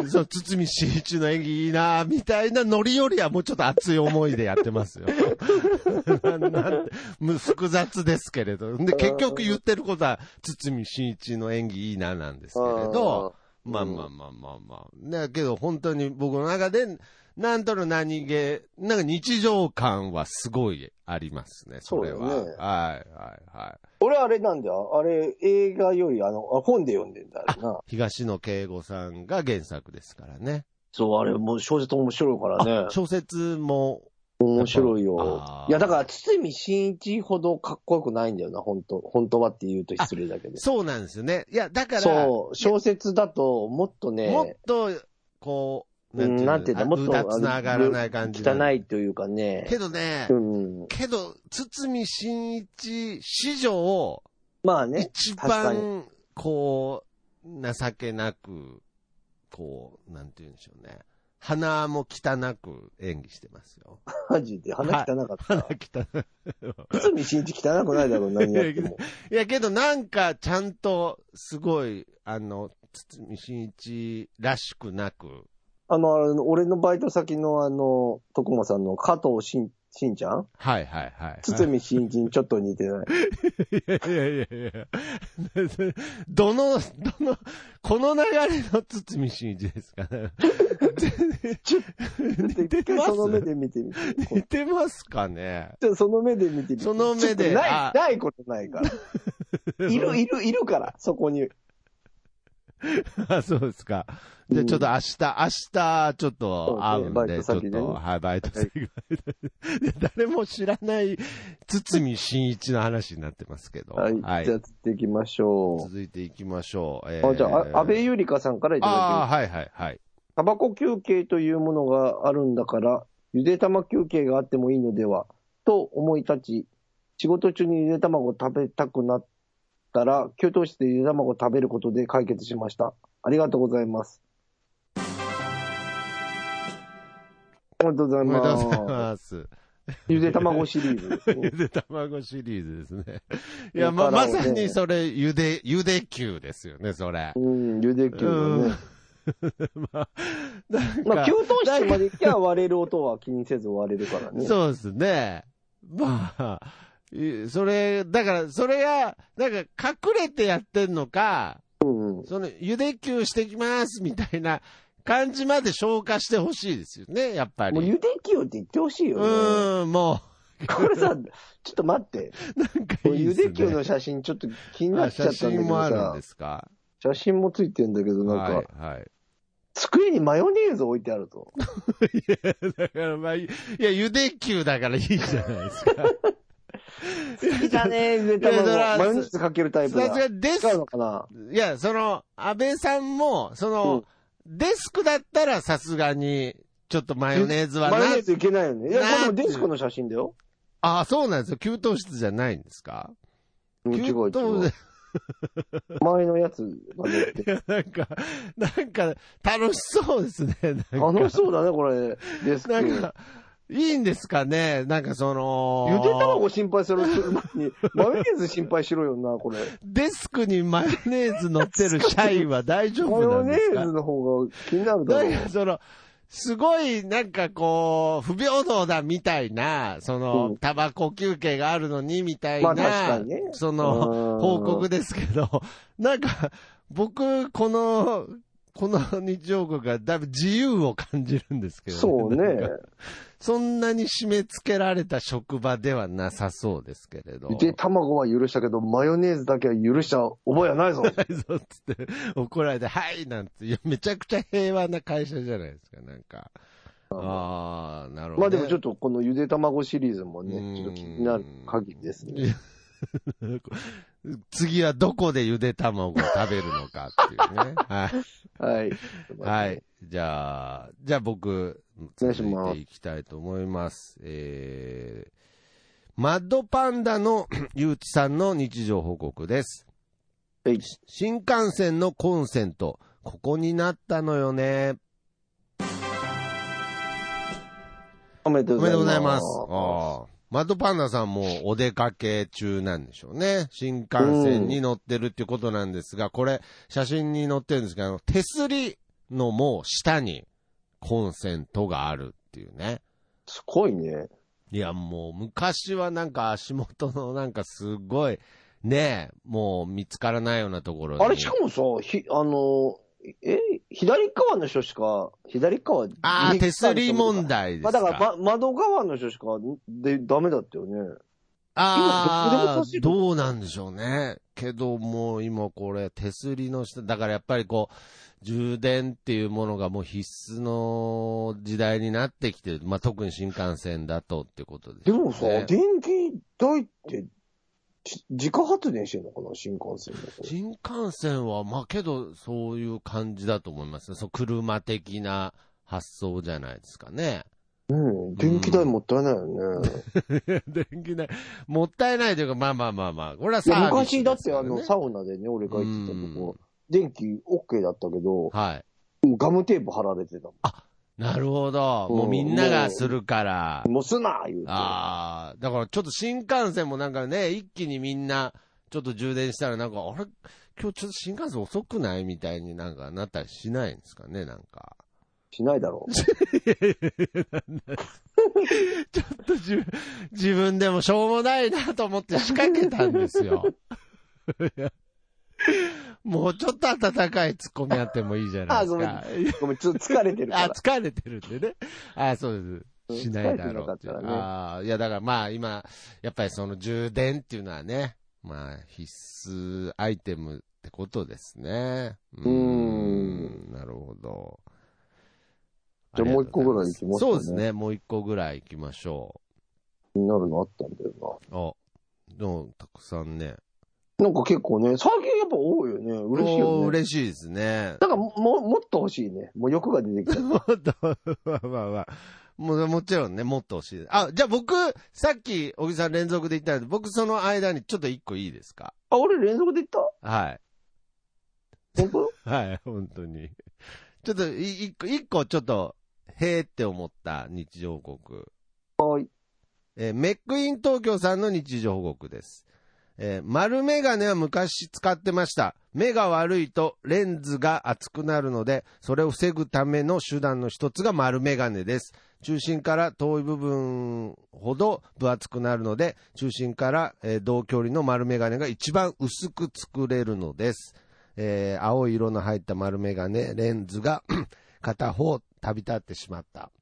[SPEAKER 2] そう、堤真一の演技いいな、みたいなノリよりはもうちょっと熱い思いでやってますよ。 <laughs> なんなんて、む複雑ですけれど。で、結局言ってることは、堤真一の演技いいな、なんですけれど。まあまあまあまあまあ。だけど本当に僕の中で、なんとの何気、なんか日常感はすごいありますね、それは。
[SPEAKER 1] そう
[SPEAKER 2] は
[SPEAKER 1] だ
[SPEAKER 2] い
[SPEAKER 1] よね
[SPEAKER 2] はいはい。
[SPEAKER 1] 俺あれなんだよ。あれ、映画より、あの、あ本で読んでんだよな。
[SPEAKER 2] 東野圭吾さんが原作ですからね。
[SPEAKER 1] そう、あれ、もう小説面白いからね。
[SPEAKER 2] 小説も、
[SPEAKER 1] 面白い
[SPEAKER 2] あ
[SPEAKER 1] よ。
[SPEAKER 2] ー
[SPEAKER 1] いや、だから、堤真一ほどかっこよくないんだよな、本当本当はって言うと失礼だけど。
[SPEAKER 2] そうなんですよね。いや、だから、
[SPEAKER 1] そう、小説だと、もっと
[SPEAKER 2] もっ
[SPEAKER 1] ね、
[SPEAKER 2] と、
[SPEAKER 1] うん
[SPEAKER 2] こう、
[SPEAKER 1] なんていうんだ、もっと、
[SPEAKER 2] うたつの上がらない感じ。
[SPEAKER 1] 汚。いというかね。
[SPEAKER 2] けどね
[SPEAKER 1] う、ん。
[SPEAKER 2] けど、堤真一史上、
[SPEAKER 1] まあね。
[SPEAKER 2] 一
[SPEAKER 1] 確かに
[SPEAKER 2] 番、こう、情けなく、こう、なんて言うんでしょうね。鼻も汚く演技してますよ。
[SPEAKER 1] マジで、 <laughs> 鼻汚かった。
[SPEAKER 2] 鼻汚く。
[SPEAKER 1] 堤真一汚くないだろ
[SPEAKER 2] <laughs>
[SPEAKER 1] う、何やっても。
[SPEAKER 2] いや、けどなんか、ちゃんと、すごい、あの、堤真一らしくなく、
[SPEAKER 1] あの、あの俺のバイト先のあの、徳間さんの加藤しん、しんちゃん
[SPEAKER 2] はいはいはい。
[SPEAKER 1] 堤真一にちょっと似てない。
[SPEAKER 2] <laughs> いやいやいやいや。どの、どの、この流れの堤真一ですかね。
[SPEAKER 1] 一回その目で見てみて。こ
[SPEAKER 2] 似てますかね
[SPEAKER 1] うその目で見てみて。
[SPEAKER 2] その目で
[SPEAKER 1] ちょっとな
[SPEAKER 2] あ
[SPEAKER 1] い、ないことないから。
[SPEAKER 2] <laughs>
[SPEAKER 1] いる、いる、いるから、そこに。
[SPEAKER 2] あ、 <laughs> そうですか。じゃあちょっと明日、明日、ちょっと会うん
[SPEAKER 1] そうねバイト
[SPEAKER 2] で、ちょっ
[SPEAKER 1] 先でね
[SPEAKER 2] と、はい、バイト先 <laughs> で。誰も知らない、堤真一の話になってますけど。
[SPEAKER 1] はい。じゃあ、釣っていきましょ
[SPEAKER 2] 続いていきましょう。え
[SPEAKER 1] う。あじゃあ、あ安倍ゆりかさんからいただき
[SPEAKER 2] ああ、
[SPEAKER 1] ます。
[SPEAKER 2] はいはいはい。
[SPEAKER 1] タバコ休憩というものがあるんだから、ゆで卵休憩があってもいいのでは、と思い立ち、仕事中にゆで卵を食べたくなったら、給湯室でゆで卵を食べることで解決しました。ありがとうございます。ありがとうござ
[SPEAKER 2] お
[SPEAKER 1] い
[SPEAKER 2] めでとうござい
[SPEAKER 1] ます。
[SPEAKER 2] ます。
[SPEAKER 1] ゆで卵シリーズですね
[SPEAKER 2] ゆ。 <laughs> で卵シリーズですね。いや、
[SPEAKER 1] こ
[SPEAKER 2] ま、
[SPEAKER 1] れから
[SPEAKER 2] ま
[SPEAKER 1] をね
[SPEAKER 2] さにそれ、ゆで、ゆで球ですよね、それ。
[SPEAKER 1] <laughs> うん、ゆで球だね。
[SPEAKER 2] <laughs> まあ、なん
[SPEAKER 1] まあ、
[SPEAKER 2] か
[SPEAKER 1] 給湯室まで行きゃ割れる音は気にせず割れるからね。
[SPEAKER 2] そうですね。まあ、いそれ、だから、それが、なんか隠れてやってんのか、
[SPEAKER 1] うんうん。
[SPEAKER 2] その、ゆで球してきますみたいな感じまで消化してほしいですよね、やっぱり。
[SPEAKER 1] もうゆで球って言ってほしいうよね。
[SPEAKER 2] ーん、も
[SPEAKER 1] これさ、ちょっと待って。
[SPEAKER 2] う、なんか
[SPEAKER 1] これ
[SPEAKER 2] いい
[SPEAKER 1] ゆ
[SPEAKER 2] です
[SPEAKER 1] で
[SPEAKER 2] ね。
[SPEAKER 1] 球の写真ちょっと気にな
[SPEAKER 2] あ
[SPEAKER 1] っちゃ
[SPEAKER 2] 写
[SPEAKER 1] ったんだけ
[SPEAKER 2] 真も
[SPEAKER 1] ど
[SPEAKER 2] あるん
[SPEAKER 1] さ
[SPEAKER 2] で、すか。
[SPEAKER 1] 写真もついてんだけど、なんか、
[SPEAKER 2] はい、はい。 <laughs>
[SPEAKER 1] 机にマヨネーズ置いてあると。
[SPEAKER 2] だからまあ、いいや、ゆで球だからいいじゃないですか。
[SPEAKER 1] 好きだ <laughs> ね、ゆで
[SPEAKER 2] いやそれは
[SPEAKER 1] 卵。マヨネーズかけ <laughs> るタイプ
[SPEAKER 2] さす
[SPEAKER 1] だ。
[SPEAKER 2] がデス
[SPEAKER 1] 使うのかない
[SPEAKER 2] や、その、安倍さんも、その、デスクだったらさすがに、ちょっとマヨネーズはな
[SPEAKER 1] マヨネーズいけないよね。いや、
[SPEAKER 2] な
[SPEAKER 1] これもデスクの写真だよ。
[SPEAKER 2] ああ、そうなんですよ。給湯室じゃないんですか
[SPEAKER 1] うん違う違
[SPEAKER 2] 給湯
[SPEAKER 1] う。前のやつがねって。
[SPEAKER 2] 室 <laughs> なんか、なんか、楽しそうですね。なんか
[SPEAKER 1] 楽しそうだね、これ。デスク。
[SPEAKER 2] な
[SPEAKER 1] ゆ
[SPEAKER 2] ん
[SPEAKER 1] で
[SPEAKER 2] か、いいんですかねなんかその、
[SPEAKER 1] 卵心配する <laughs> 前に、マヨネーズ心配しろよな、これ。
[SPEAKER 2] デスクにマヨネーズ乗ってる社員は大丈
[SPEAKER 1] マ
[SPEAKER 2] 夫
[SPEAKER 1] ヨ
[SPEAKER 2] なん
[SPEAKER 1] ネ
[SPEAKER 2] です
[SPEAKER 1] ーズ
[SPEAKER 2] か
[SPEAKER 1] の方が気になるだ
[SPEAKER 2] な
[SPEAKER 1] ろ
[SPEAKER 2] んかその、すごい、なんかこう、不平等だみたいな、その
[SPEAKER 1] う、ん
[SPEAKER 2] タバコ休憩があるのにみたい
[SPEAKER 1] ま
[SPEAKER 2] な、
[SPEAKER 1] あ確かにね
[SPEAKER 2] その、報告ですけど、なんか、僕、この、この日常国がだいぶ自由を感じるんですけ
[SPEAKER 1] で
[SPEAKER 2] ど、
[SPEAKER 1] そうね。
[SPEAKER 2] なんかそんなに締め付けられた職場ではなさそうですけれど。
[SPEAKER 1] ゆで卵は許したけど、マヨネーズだけは許した覚えは <laughs> ないぞ。
[SPEAKER 2] ないぞっつって怒られて、はいなんて、いや、めちゃくちゃ平和な会社じゃないですか、なんか。ああ、なるほ
[SPEAKER 1] ま
[SPEAKER 2] ど、ね。
[SPEAKER 1] あでもちょっ
[SPEAKER 2] と、
[SPEAKER 1] とこのゆで卵シリーズも
[SPEAKER 2] うん
[SPEAKER 1] ね、ちょっと気になる限りですね。
[SPEAKER 2] 次はどこでゆで卵を食べるのかって
[SPEAKER 1] <laughs>
[SPEAKER 2] いうね。はい。
[SPEAKER 1] <laughs> はい。
[SPEAKER 2] はい。。じゃあ、じゃあ僕、
[SPEAKER 1] お願い
[SPEAKER 2] 続
[SPEAKER 1] します
[SPEAKER 2] いていきたいと思います。えー、マッドパンダのゆうちさんの日常報告です。
[SPEAKER 1] はい。
[SPEAKER 2] 新幹線のコンセント、ここになったのよね。
[SPEAKER 1] おめでと
[SPEAKER 2] お
[SPEAKER 1] う
[SPEAKER 2] めでとうご
[SPEAKER 1] ご
[SPEAKER 2] ざ
[SPEAKER 1] ざ
[SPEAKER 2] い
[SPEAKER 1] い
[SPEAKER 2] ま
[SPEAKER 1] ますす。。
[SPEAKER 2] あーマッドパンダさんもお出かけ中なんでしょうね。新幹線に乗ってるっていうことなんですが、これ、写真に載ってるんですけど、あの手すりのもう下にコンセントがあるっていうね。
[SPEAKER 1] すごいね。
[SPEAKER 2] いや、もう昔はなんか足元のなんかすごい、ねえ、もう見つからないようなところに。
[SPEAKER 1] あれ、しかもさ、ひ、あの、え、左側の人しか、左側。
[SPEAKER 2] ああ、手すり問
[SPEAKER 1] 題。
[SPEAKER 2] 題です
[SPEAKER 1] ま
[SPEAKER 2] か。
[SPEAKER 1] あだから、ま、窓側の人しか、で、ダメだったよね。今どこで
[SPEAKER 2] あ
[SPEAKER 1] も
[SPEAKER 2] あ
[SPEAKER 1] 走、る
[SPEAKER 2] どうなんでしょうね。けどもう今これ手すりの下、だからやっぱりこう、充電っていうものがもう必須の時代になってきてる。まあ、特に新幹線だとってことです
[SPEAKER 1] で
[SPEAKER 2] よね。
[SPEAKER 1] もさ、電気代って、じ自家発電してんのかな新幹線の。
[SPEAKER 2] 新幹線は、まあけど、そういう感じだと思いますね。そう、車的な発想じゃないですかね。 <laughs>
[SPEAKER 1] うん。電気代もったいないよね。
[SPEAKER 2] 電気代、もったいないというか、まあまあまあまあ、これはいサ
[SPEAKER 1] や
[SPEAKER 2] ービ
[SPEAKER 1] 昔
[SPEAKER 2] ス
[SPEAKER 1] だ
[SPEAKER 2] で
[SPEAKER 1] っ
[SPEAKER 2] す
[SPEAKER 1] て
[SPEAKER 2] から
[SPEAKER 1] あ
[SPEAKER 2] ね、
[SPEAKER 1] の、サウナでね、俺が行ってたと
[SPEAKER 2] うん
[SPEAKER 1] こ、電気 OK だったけど、
[SPEAKER 2] はい。
[SPEAKER 1] ガムテープ貼られてたも
[SPEAKER 2] なるほど。
[SPEAKER 1] うん
[SPEAKER 2] もうみんながするから
[SPEAKER 1] ん。。もうすな言うて。
[SPEAKER 2] ああ、だからちょっと新幹線もなんかね、一気にみんな、ちょっと充電したらなんか、あれ今日ちょっと新幹線遅くないみたいになんかなったりしないんですかね、なんか。
[SPEAKER 1] しないだろう。
[SPEAKER 2] ちょっと自分、 <laughs> 自分でもしょうもないなと思って仕掛けたんですよ。 <laughs> もうちょっと温かいツッコミあってもいいじゃないですか
[SPEAKER 1] あ。ごめん、ちょっと疲れてる
[SPEAKER 2] <laughs> あ、
[SPEAKER 1] から。
[SPEAKER 2] 疲れてるんでね。あ、そうです。しないだろうっていう
[SPEAKER 1] 疲れてなかったらね
[SPEAKER 2] あーいや、だからまあ今、やっぱりその充電っていうのはね、まあ必須アイテムってことですね。うーん。なるほど。
[SPEAKER 1] じゃあもう一個ぐらい行きますかね
[SPEAKER 2] そうですね。もう一個ぐらい行きましょ
[SPEAKER 1] 気になるのあったんだよ
[SPEAKER 2] う。あ、でもたくさんね。
[SPEAKER 1] な。なんか結構ね、最近やっぱ多いよね。嬉しい
[SPEAKER 2] おー
[SPEAKER 1] よね。
[SPEAKER 2] 嬉しいですね。
[SPEAKER 1] なんかも、もっと欲しいね。もう欲が出てき
[SPEAKER 2] <laughs>
[SPEAKER 1] た。
[SPEAKER 2] もっと、まあまあまあ。もうもちろんね、もっと欲しい。 <laughs> あ、じゃあ僕、さっき、小木さん連続で言ったんで、僕その間にちょっと一個いいですか
[SPEAKER 1] あ、俺連続で言っ
[SPEAKER 2] は
[SPEAKER 1] た本当
[SPEAKER 2] い。はい、本当に。ちょっと、い一個、一個ちょっと、へーって思った日常報告。
[SPEAKER 1] はい。
[SPEAKER 2] えーメックイン東京さんの日常報告です。えー丸メガネは昔使ってました。目が悪いとレンズが熱くなるので、それを防ぐための手段の一つが丸メガネです。中心から遠い部分ほど分厚くなるので、中心から、えー同距離の丸メガネが一番薄く作れるのです。えー青い色の入った丸メガネ、レンズが <clears throat> 片方旅立ってしまった。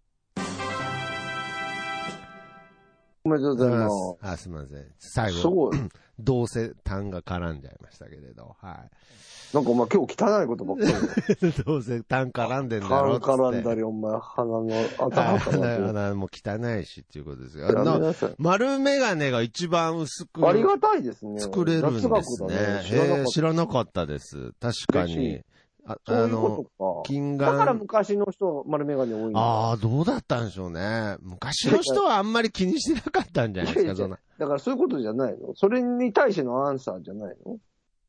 [SPEAKER 1] おめでとうございます。
[SPEAKER 2] あ、すみません。最
[SPEAKER 1] す
[SPEAKER 2] 後、
[SPEAKER 1] ごい。
[SPEAKER 2] どうせ単が絡んじゃいましたけれど、は
[SPEAKER 1] なんかお前今日汚いことばっか
[SPEAKER 2] <laughs>
[SPEAKER 1] りだ。
[SPEAKER 2] い。どうせ単絡んでんだ
[SPEAKER 1] タ
[SPEAKER 2] ろう
[SPEAKER 1] ン
[SPEAKER 2] っつって。
[SPEAKER 1] 絡ん
[SPEAKER 2] <laughs>
[SPEAKER 1] だり、お前鼻の頭か
[SPEAKER 2] はい <laughs>
[SPEAKER 1] ら。
[SPEAKER 2] 鼻もう汚いしっていうことですよ。
[SPEAKER 1] やめ
[SPEAKER 2] な
[SPEAKER 1] なさい。
[SPEAKER 2] 丸メガネが一番薄く
[SPEAKER 1] ありがたいですね。
[SPEAKER 2] 作れるん
[SPEAKER 1] 雑
[SPEAKER 2] です
[SPEAKER 1] 学
[SPEAKER 2] ね。
[SPEAKER 1] だね。知らな
[SPEAKER 2] へ
[SPEAKER 1] か
[SPEAKER 2] え
[SPEAKER 1] った
[SPEAKER 2] 知らなかったです。確か
[SPEAKER 1] 嬉し
[SPEAKER 2] に
[SPEAKER 1] い。
[SPEAKER 2] あ
[SPEAKER 1] そう
[SPEAKER 2] あ
[SPEAKER 1] いう
[SPEAKER 2] の、
[SPEAKER 1] ことか。
[SPEAKER 2] 金
[SPEAKER 1] だから
[SPEAKER 2] 眼。
[SPEAKER 1] 昔の人は丸眼鏡多いんだ。
[SPEAKER 2] ああ、どうだったんでしょうね。昔の人はあんまり気にしてなかったんじゃないですか、そんな。
[SPEAKER 1] だからそういうことじゃないのそれに対してのアンサーじゃないの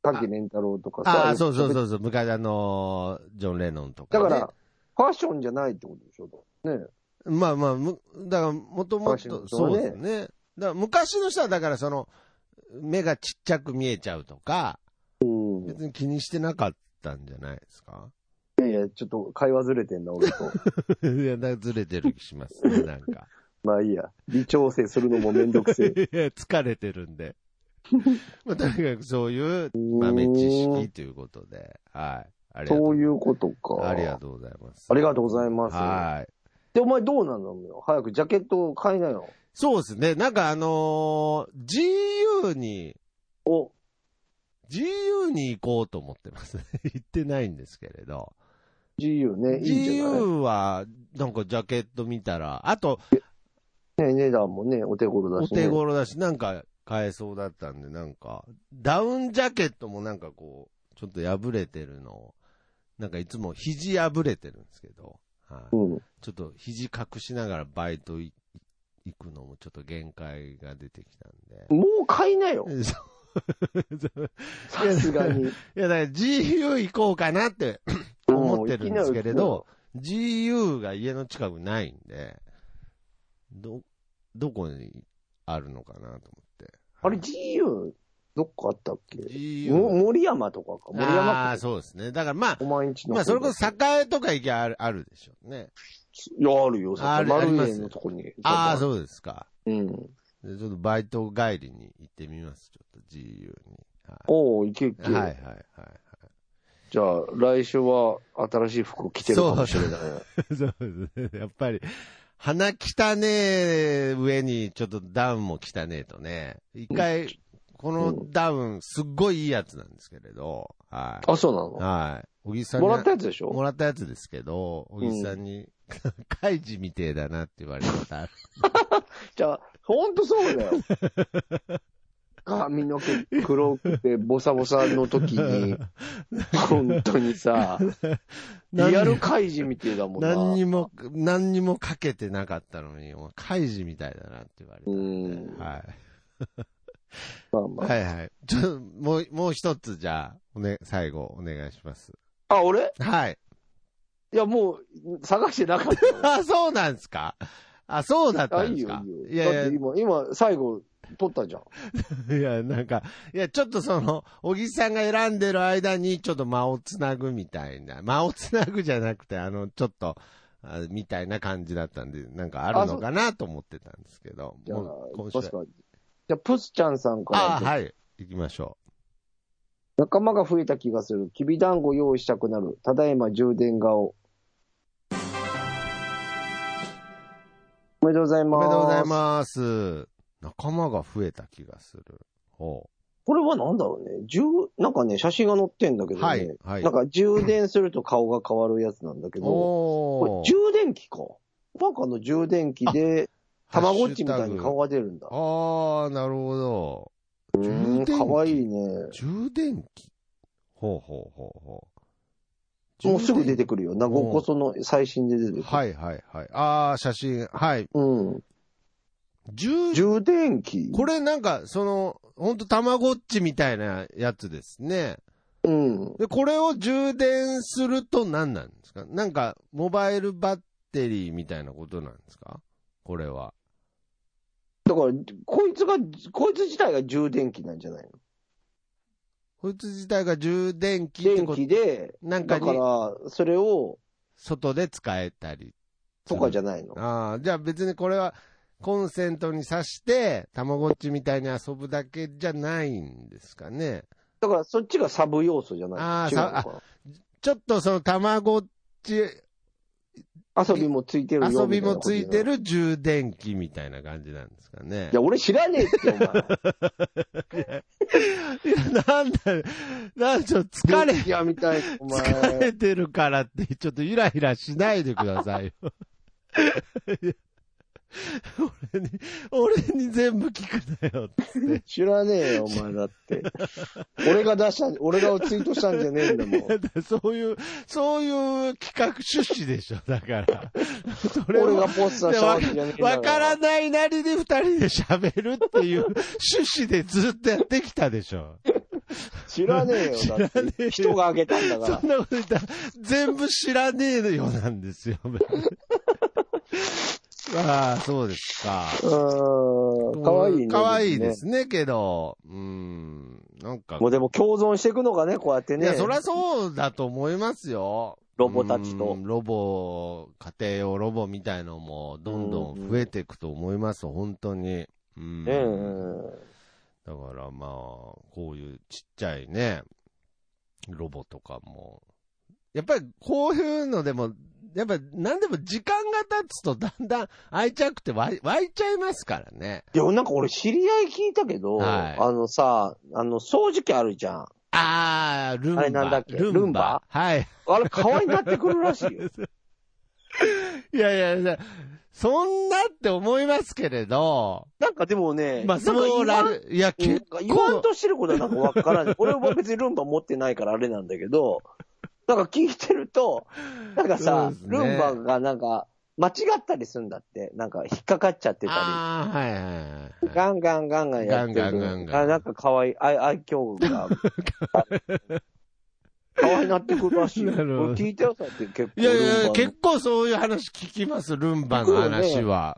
[SPEAKER 1] 滝蓮太郎とかさ。
[SPEAKER 2] ああ、そうそうそうそう、昔あのージョン・レノンとか、
[SPEAKER 1] だ
[SPEAKER 2] ね。
[SPEAKER 1] から、ファッションじゃないってことでしょね
[SPEAKER 2] まあまあ、むだから、もとも
[SPEAKER 1] 昔の
[SPEAKER 2] と、
[SPEAKER 1] 人は
[SPEAKER 2] そう
[SPEAKER 1] ね
[SPEAKER 2] ですね。だから昔の人は、だからその、目がちっちゃく見えちゃうとか、
[SPEAKER 1] うん。い
[SPEAKER 2] 別に気にしてなかったんじゃないですか。 <laughs>
[SPEAKER 1] やいや、や、ちょっと会話ずれてんな、俺と。 <laughs>
[SPEAKER 2] いや、なんかずれてる気しますね、なんか。
[SPEAKER 1] まあいいや。微調整するのもめんどくせえ。
[SPEAKER 2] いや疲れてるんで。 <laughs> まあ、とにかくそういう <laughs> 豆知識ということで、はい。ありがと
[SPEAKER 1] そう
[SPEAKER 2] う
[SPEAKER 1] いうことか。
[SPEAKER 2] ありがとうございます。
[SPEAKER 1] ありがとうございます。
[SPEAKER 2] はい。
[SPEAKER 1] で、お前どうなのよ早くジャケットを買いなよ。
[SPEAKER 2] そうですね。なんかあのー GU に、
[SPEAKER 1] お、
[SPEAKER 2] GU に行こうと思ってます <laughs> ね。行ってないんですけれど。
[SPEAKER 1] GU ね。いいんじゃ
[SPEAKER 2] GU は、なんかジャケット見たら、あと、
[SPEAKER 1] ないね、値段もね、お手頃だ
[SPEAKER 2] お
[SPEAKER 1] しね。
[SPEAKER 2] 手頃だし、なんか買えそうだったんで、なんか、ダウンジャケットもなんかこう、ちょっと破れてるのを、なんかいつも肘破れてるんですけど、はい
[SPEAKER 1] うん。
[SPEAKER 2] ちょっと肘隠しながらバイトい行くのもちょっと限界が出てきたんで。
[SPEAKER 1] もう買いなよ。
[SPEAKER 2] そう
[SPEAKER 1] さすがに。
[SPEAKER 2] <laughs> いや、だから GU 行こうか
[SPEAKER 1] <laughs>
[SPEAKER 2] なって思ってるんですけれど、GU が家の近くないんで、ど、どこにあるのかなと思って。
[SPEAKER 1] あれ GU、どっかあったっけ
[SPEAKER 2] GU
[SPEAKER 1] も森山とかか。森
[SPEAKER 2] あ
[SPEAKER 1] 山
[SPEAKER 2] あ、
[SPEAKER 1] 区。
[SPEAKER 2] そうですね。だからまあ
[SPEAKER 1] お、前んちの。
[SPEAKER 2] まあ、それこそ栄とか行きゃあるあるでしょうね。
[SPEAKER 1] いや、あるよ。
[SPEAKER 2] あ
[SPEAKER 1] さ
[SPEAKER 2] るあ
[SPEAKER 1] 丸
[SPEAKER 2] ります
[SPEAKER 1] 園のとこに。
[SPEAKER 2] ああ、
[SPEAKER 1] う。
[SPEAKER 2] そうですか。
[SPEAKER 1] うん。
[SPEAKER 2] でちょっとバイト帰りに行ってみます。ちょっと GU に。は
[SPEAKER 1] おお、いけいけ。
[SPEAKER 2] い、はい、はいはい <laughs>
[SPEAKER 1] じゃあ、来週は新しい服着てるかもしれない。
[SPEAKER 2] そうですね。やっぱり、鼻汚ねえ上に、ちょっとダウンも汚ねえとね。一回、このダウン、すっごいいいやつなんですけれど、は。
[SPEAKER 1] あ、そうないの
[SPEAKER 2] はい。小木さんに
[SPEAKER 1] もらったやつでしょ
[SPEAKER 2] もらったやつですけど、小木さんに、 <laughs> カイジみてえだなって言われた。
[SPEAKER 1] <laughs> じゃあ、ほんとそうだよ。
[SPEAKER 2] <laughs>
[SPEAKER 1] 髪の毛黒くてボサボサの時
[SPEAKER 2] <laughs>
[SPEAKER 1] に、本当にさ、リアル怪人みてえだもんな。
[SPEAKER 2] 何にも、何にもかけてなかったのに、お前、カイジみたいだなって言われた
[SPEAKER 1] うん
[SPEAKER 2] で。
[SPEAKER 1] ん。
[SPEAKER 2] は
[SPEAKER 1] まあま
[SPEAKER 2] い。
[SPEAKER 1] あ。
[SPEAKER 2] はいはい。 <laughs> ちょっと、もう、もう一つ、じゃあ、おね、最後、お願いします。
[SPEAKER 1] あ、俺
[SPEAKER 2] はい。
[SPEAKER 1] いや、もう、探してなか
[SPEAKER 2] <laughs>
[SPEAKER 1] ったよ。
[SPEAKER 2] あ、そうなんですかあ、そうだった
[SPEAKER 1] あ、
[SPEAKER 2] ん
[SPEAKER 1] い
[SPEAKER 2] で
[SPEAKER 1] い
[SPEAKER 2] す
[SPEAKER 1] よ
[SPEAKER 2] か、
[SPEAKER 1] い
[SPEAKER 2] い
[SPEAKER 1] いよ。だ
[SPEAKER 2] や
[SPEAKER 1] って
[SPEAKER 2] い
[SPEAKER 1] 今、今、最後、取ったじゃん。
[SPEAKER 2] や、いや、なんか、いや、ちょっとその、小木さんが選んでる間に、ちょっと間をつなぐみたいな、間をつなぐじゃなくて、あの、ちょっと、あみたいな感じだったんで、なんかあるのかなと思ってたんですけど、
[SPEAKER 1] じゃあ、
[SPEAKER 2] もう今週
[SPEAKER 1] 確か。じゃあ、プスちゃんさんから。
[SPEAKER 2] あ、はい。行きましょ。
[SPEAKER 1] 仲間が増えた気がする。きび団子用意したくなる。ただいま充電顔。おめでとうございう
[SPEAKER 2] お
[SPEAKER 1] ます。
[SPEAKER 2] めでとうございます。仲間が増えた気がする。ほ
[SPEAKER 1] これはなんだろうね。充、なんかね、写真が載ってんだけ
[SPEAKER 2] う。
[SPEAKER 1] どね。
[SPEAKER 2] はい。はい
[SPEAKER 1] なん。か充電すると顔が変わるやつなんだけど、こ
[SPEAKER 2] お
[SPEAKER 1] れ充電器か。なんかの充電器で、たまごっちみたいに顔
[SPEAKER 2] が。
[SPEAKER 1] が出るんだ。
[SPEAKER 2] ああ、なるほど。
[SPEAKER 1] う
[SPEAKER 2] 充電
[SPEAKER 1] ん、
[SPEAKER 2] 器
[SPEAKER 1] かわいいね。
[SPEAKER 2] 充電器ほうほうほうほう。
[SPEAKER 1] もうすぐ出
[SPEAKER 2] て
[SPEAKER 1] てくるよ。なごこその最新で出てくる。
[SPEAKER 2] はいはいはい。ああ、写真。はい。
[SPEAKER 1] うん。
[SPEAKER 2] 充、
[SPEAKER 1] 充電器。
[SPEAKER 2] これなんか、その、ほんとたまごっちみたいなやつですね。
[SPEAKER 1] うん。
[SPEAKER 2] で、これを充電すると何なんですかなんか、モバイルバッテリーみたいなことなんですかこれは。
[SPEAKER 1] だから、こいつが、こいつ自体が充電器なんじゃないの
[SPEAKER 2] こいつ自体が充電器って
[SPEAKER 1] 電
[SPEAKER 2] こと
[SPEAKER 1] 気、で、
[SPEAKER 2] なんか
[SPEAKER 1] だか
[SPEAKER 2] に、
[SPEAKER 1] ら、それを、
[SPEAKER 2] 外で使えたり。
[SPEAKER 1] とかじゃないの。
[SPEAKER 2] ああ、じゃあ別にこれはコンセントに挿して、たまごっちみたいに遊ぶだけじゃないんですかね。
[SPEAKER 1] だから、そっちがサブ要素じゃないの。
[SPEAKER 2] あー
[SPEAKER 1] 違うの
[SPEAKER 2] さ
[SPEAKER 1] か
[SPEAKER 2] ちょっとそのたまごっち
[SPEAKER 1] な遊びもついてるよみた
[SPEAKER 2] 遊
[SPEAKER 1] いな
[SPEAKER 2] びもついて
[SPEAKER 1] る。
[SPEAKER 2] る充電器みたいな感じなんですかね
[SPEAKER 1] い。や、俺知らねえって、お前。
[SPEAKER 2] いや、なんだ、 <laughs> なんちょ、疲れ
[SPEAKER 1] い、や、みたい、お前。
[SPEAKER 2] 疲れてるからって、ちょっとイライラしないでくださ
[SPEAKER 1] <laughs>
[SPEAKER 2] いよ。 <laughs> 俺に、俺に全部聞くなよって。
[SPEAKER 1] 知らねえよ、お前だって。俺が出した、俺がツイートしたんじゃねえんだ
[SPEAKER 2] <laughs>
[SPEAKER 1] もん。
[SPEAKER 2] だからそういう、そういう企画趣旨でしょ、だ
[SPEAKER 1] <laughs>
[SPEAKER 2] から。そ
[SPEAKER 1] 俺
[SPEAKER 2] は
[SPEAKER 1] がポスターしたわけじゃねえんだ
[SPEAKER 2] わから
[SPEAKER 1] ん。
[SPEAKER 2] ないなりに二人で喋るっていう趣旨でずっとやってきたで
[SPEAKER 1] <laughs>
[SPEAKER 2] しょ。
[SPEAKER 1] 知らねえよ、だ
[SPEAKER 2] 知らね
[SPEAKER 1] っ
[SPEAKER 2] え
[SPEAKER 1] て。
[SPEAKER 2] よ
[SPEAKER 1] 人があげたんだから
[SPEAKER 2] そん。なこと言ったら、全部知らねえよなんですよ。
[SPEAKER 1] <laughs>
[SPEAKER 2] ああ、そうですか。
[SPEAKER 1] うーん、かわいいね。
[SPEAKER 2] かわいいですね、けど。うん。なんか
[SPEAKER 1] もう、でも共存していくのがね、こうやって
[SPEAKER 2] い
[SPEAKER 1] ね。
[SPEAKER 2] や、そりゃそうだと思いますよ。
[SPEAKER 1] ロボたち
[SPEAKER 2] う
[SPEAKER 1] と
[SPEAKER 2] ん。ロボ、家庭用ロボみたいのも、どんどん増えていくと思います、本当に。うん。
[SPEAKER 1] ねうん。
[SPEAKER 2] だからまあ、こういうちっちゃいね、ロボとかも。やっぱりこういうのでも、やっぱ何でも時間が経つとだんだん愛着って湧い湧いちゃいますからね。
[SPEAKER 1] いや、なんか俺知り合い聞いたけど、
[SPEAKER 2] はい
[SPEAKER 1] あのさ、あの、掃除機あるじゃん。
[SPEAKER 2] あー、ルンバ。
[SPEAKER 1] あれなんだっけ
[SPEAKER 2] ルンバ
[SPEAKER 1] ルンバ
[SPEAKER 2] はい。
[SPEAKER 1] あれ、可愛になってくるらし
[SPEAKER 2] <laughs>
[SPEAKER 1] いよ。
[SPEAKER 2] いやいやいや、そんなって思いますけれど、
[SPEAKER 1] なんかでもね、
[SPEAKER 2] まあ、
[SPEAKER 1] なんか
[SPEAKER 2] そう
[SPEAKER 1] 言わ
[SPEAKER 2] なんる、いや、
[SPEAKER 1] な
[SPEAKER 2] 結
[SPEAKER 1] んか
[SPEAKER 2] 構、
[SPEAKER 1] 言わんとしてることはなんかわから
[SPEAKER 2] <laughs>
[SPEAKER 1] ない。俺は別にルンバ持ってないからあれなんだけど、なんか聞いてると、なんかさ、
[SPEAKER 2] そうですね
[SPEAKER 1] ルンバがなんか間違ったりするんだって。なんか引っかかっちゃってた
[SPEAKER 2] あー、はいはいはい
[SPEAKER 1] り。ガンガンガンガンやってる。
[SPEAKER 2] ガンガンガンガン
[SPEAKER 1] あなんか可愛い、愛愛嬌が。
[SPEAKER 2] <laughs>
[SPEAKER 1] 可愛いなってくるらしいよ。
[SPEAKER 2] なるほど
[SPEAKER 1] 俺聞いてよ、だって結構。
[SPEAKER 2] いやいやい
[SPEAKER 1] ルン
[SPEAKER 2] や、
[SPEAKER 1] バ
[SPEAKER 2] 結構そういう話聞きます、ルンバの話は。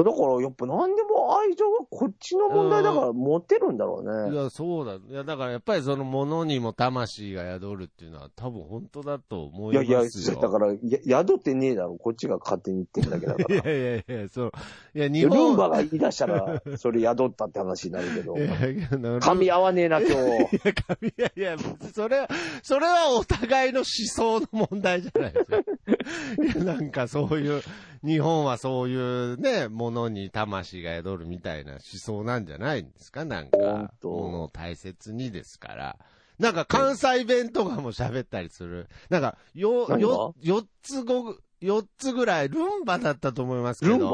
[SPEAKER 1] だからやっぱ何でも愛情はこっちの問題だから持てるんだろ
[SPEAKER 2] うん。
[SPEAKER 1] う
[SPEAKER 2] い
[SPEAKER 1] ね。
[SPEAKER 2] や、そうだ。いや、だからやっぱりそのものにも魂が宿るっていうのは多分本当だと思
[SPEAKER 1] い
[SPEAKER 2] い
[SPEAKER 1] や
[SPEAKER 2] ます
[SPEAKER 1] いや、
[SPEAKER 2] よ。
[SPEAKER 1] だから、や宿ってねえだろ。こっちが勝手に言ってるだけだから。
[SPEAKER 2] いやいやいや、そう。いや、
[SPEAKER 1] い
[SPEAKER 2] 日
[SPEAKER 1] や
[SPEAKER 2] 本
[SPEAKER 1] ルンバが言い出したら、それ宿ったって話になるけど
[SPEAKER 2] い。やいや、あの
[SPEAKER 1] 噛み合わねえな、今日。
[SPEAKER 2] ルンバいやいや、別にそれは、それはお互いの思想の問題じゃない
[SPEAKER 1] <laughs>
[SPEAKER 2] ですか。いや、なんかそういう、日本はそういうね、ものに魂が宿るみたいな思想なんじゃないんですかなん
[SPEAKER 1] 本
[SPEAKER 2] か、
[SPEAKER 1] 当
[SPEAKER 2] ものを大切にですから。なんか関西弁とかも喋ったりする。なんか、よ、
[SPEAKER 1] 何が
[SPEAKER 2] よ、四つご、四つぐらい、ルンバだったと思いますけ
[SPEAKER 1] ル
[SPEAKER 2] ど。
[SPEAKER 1] ン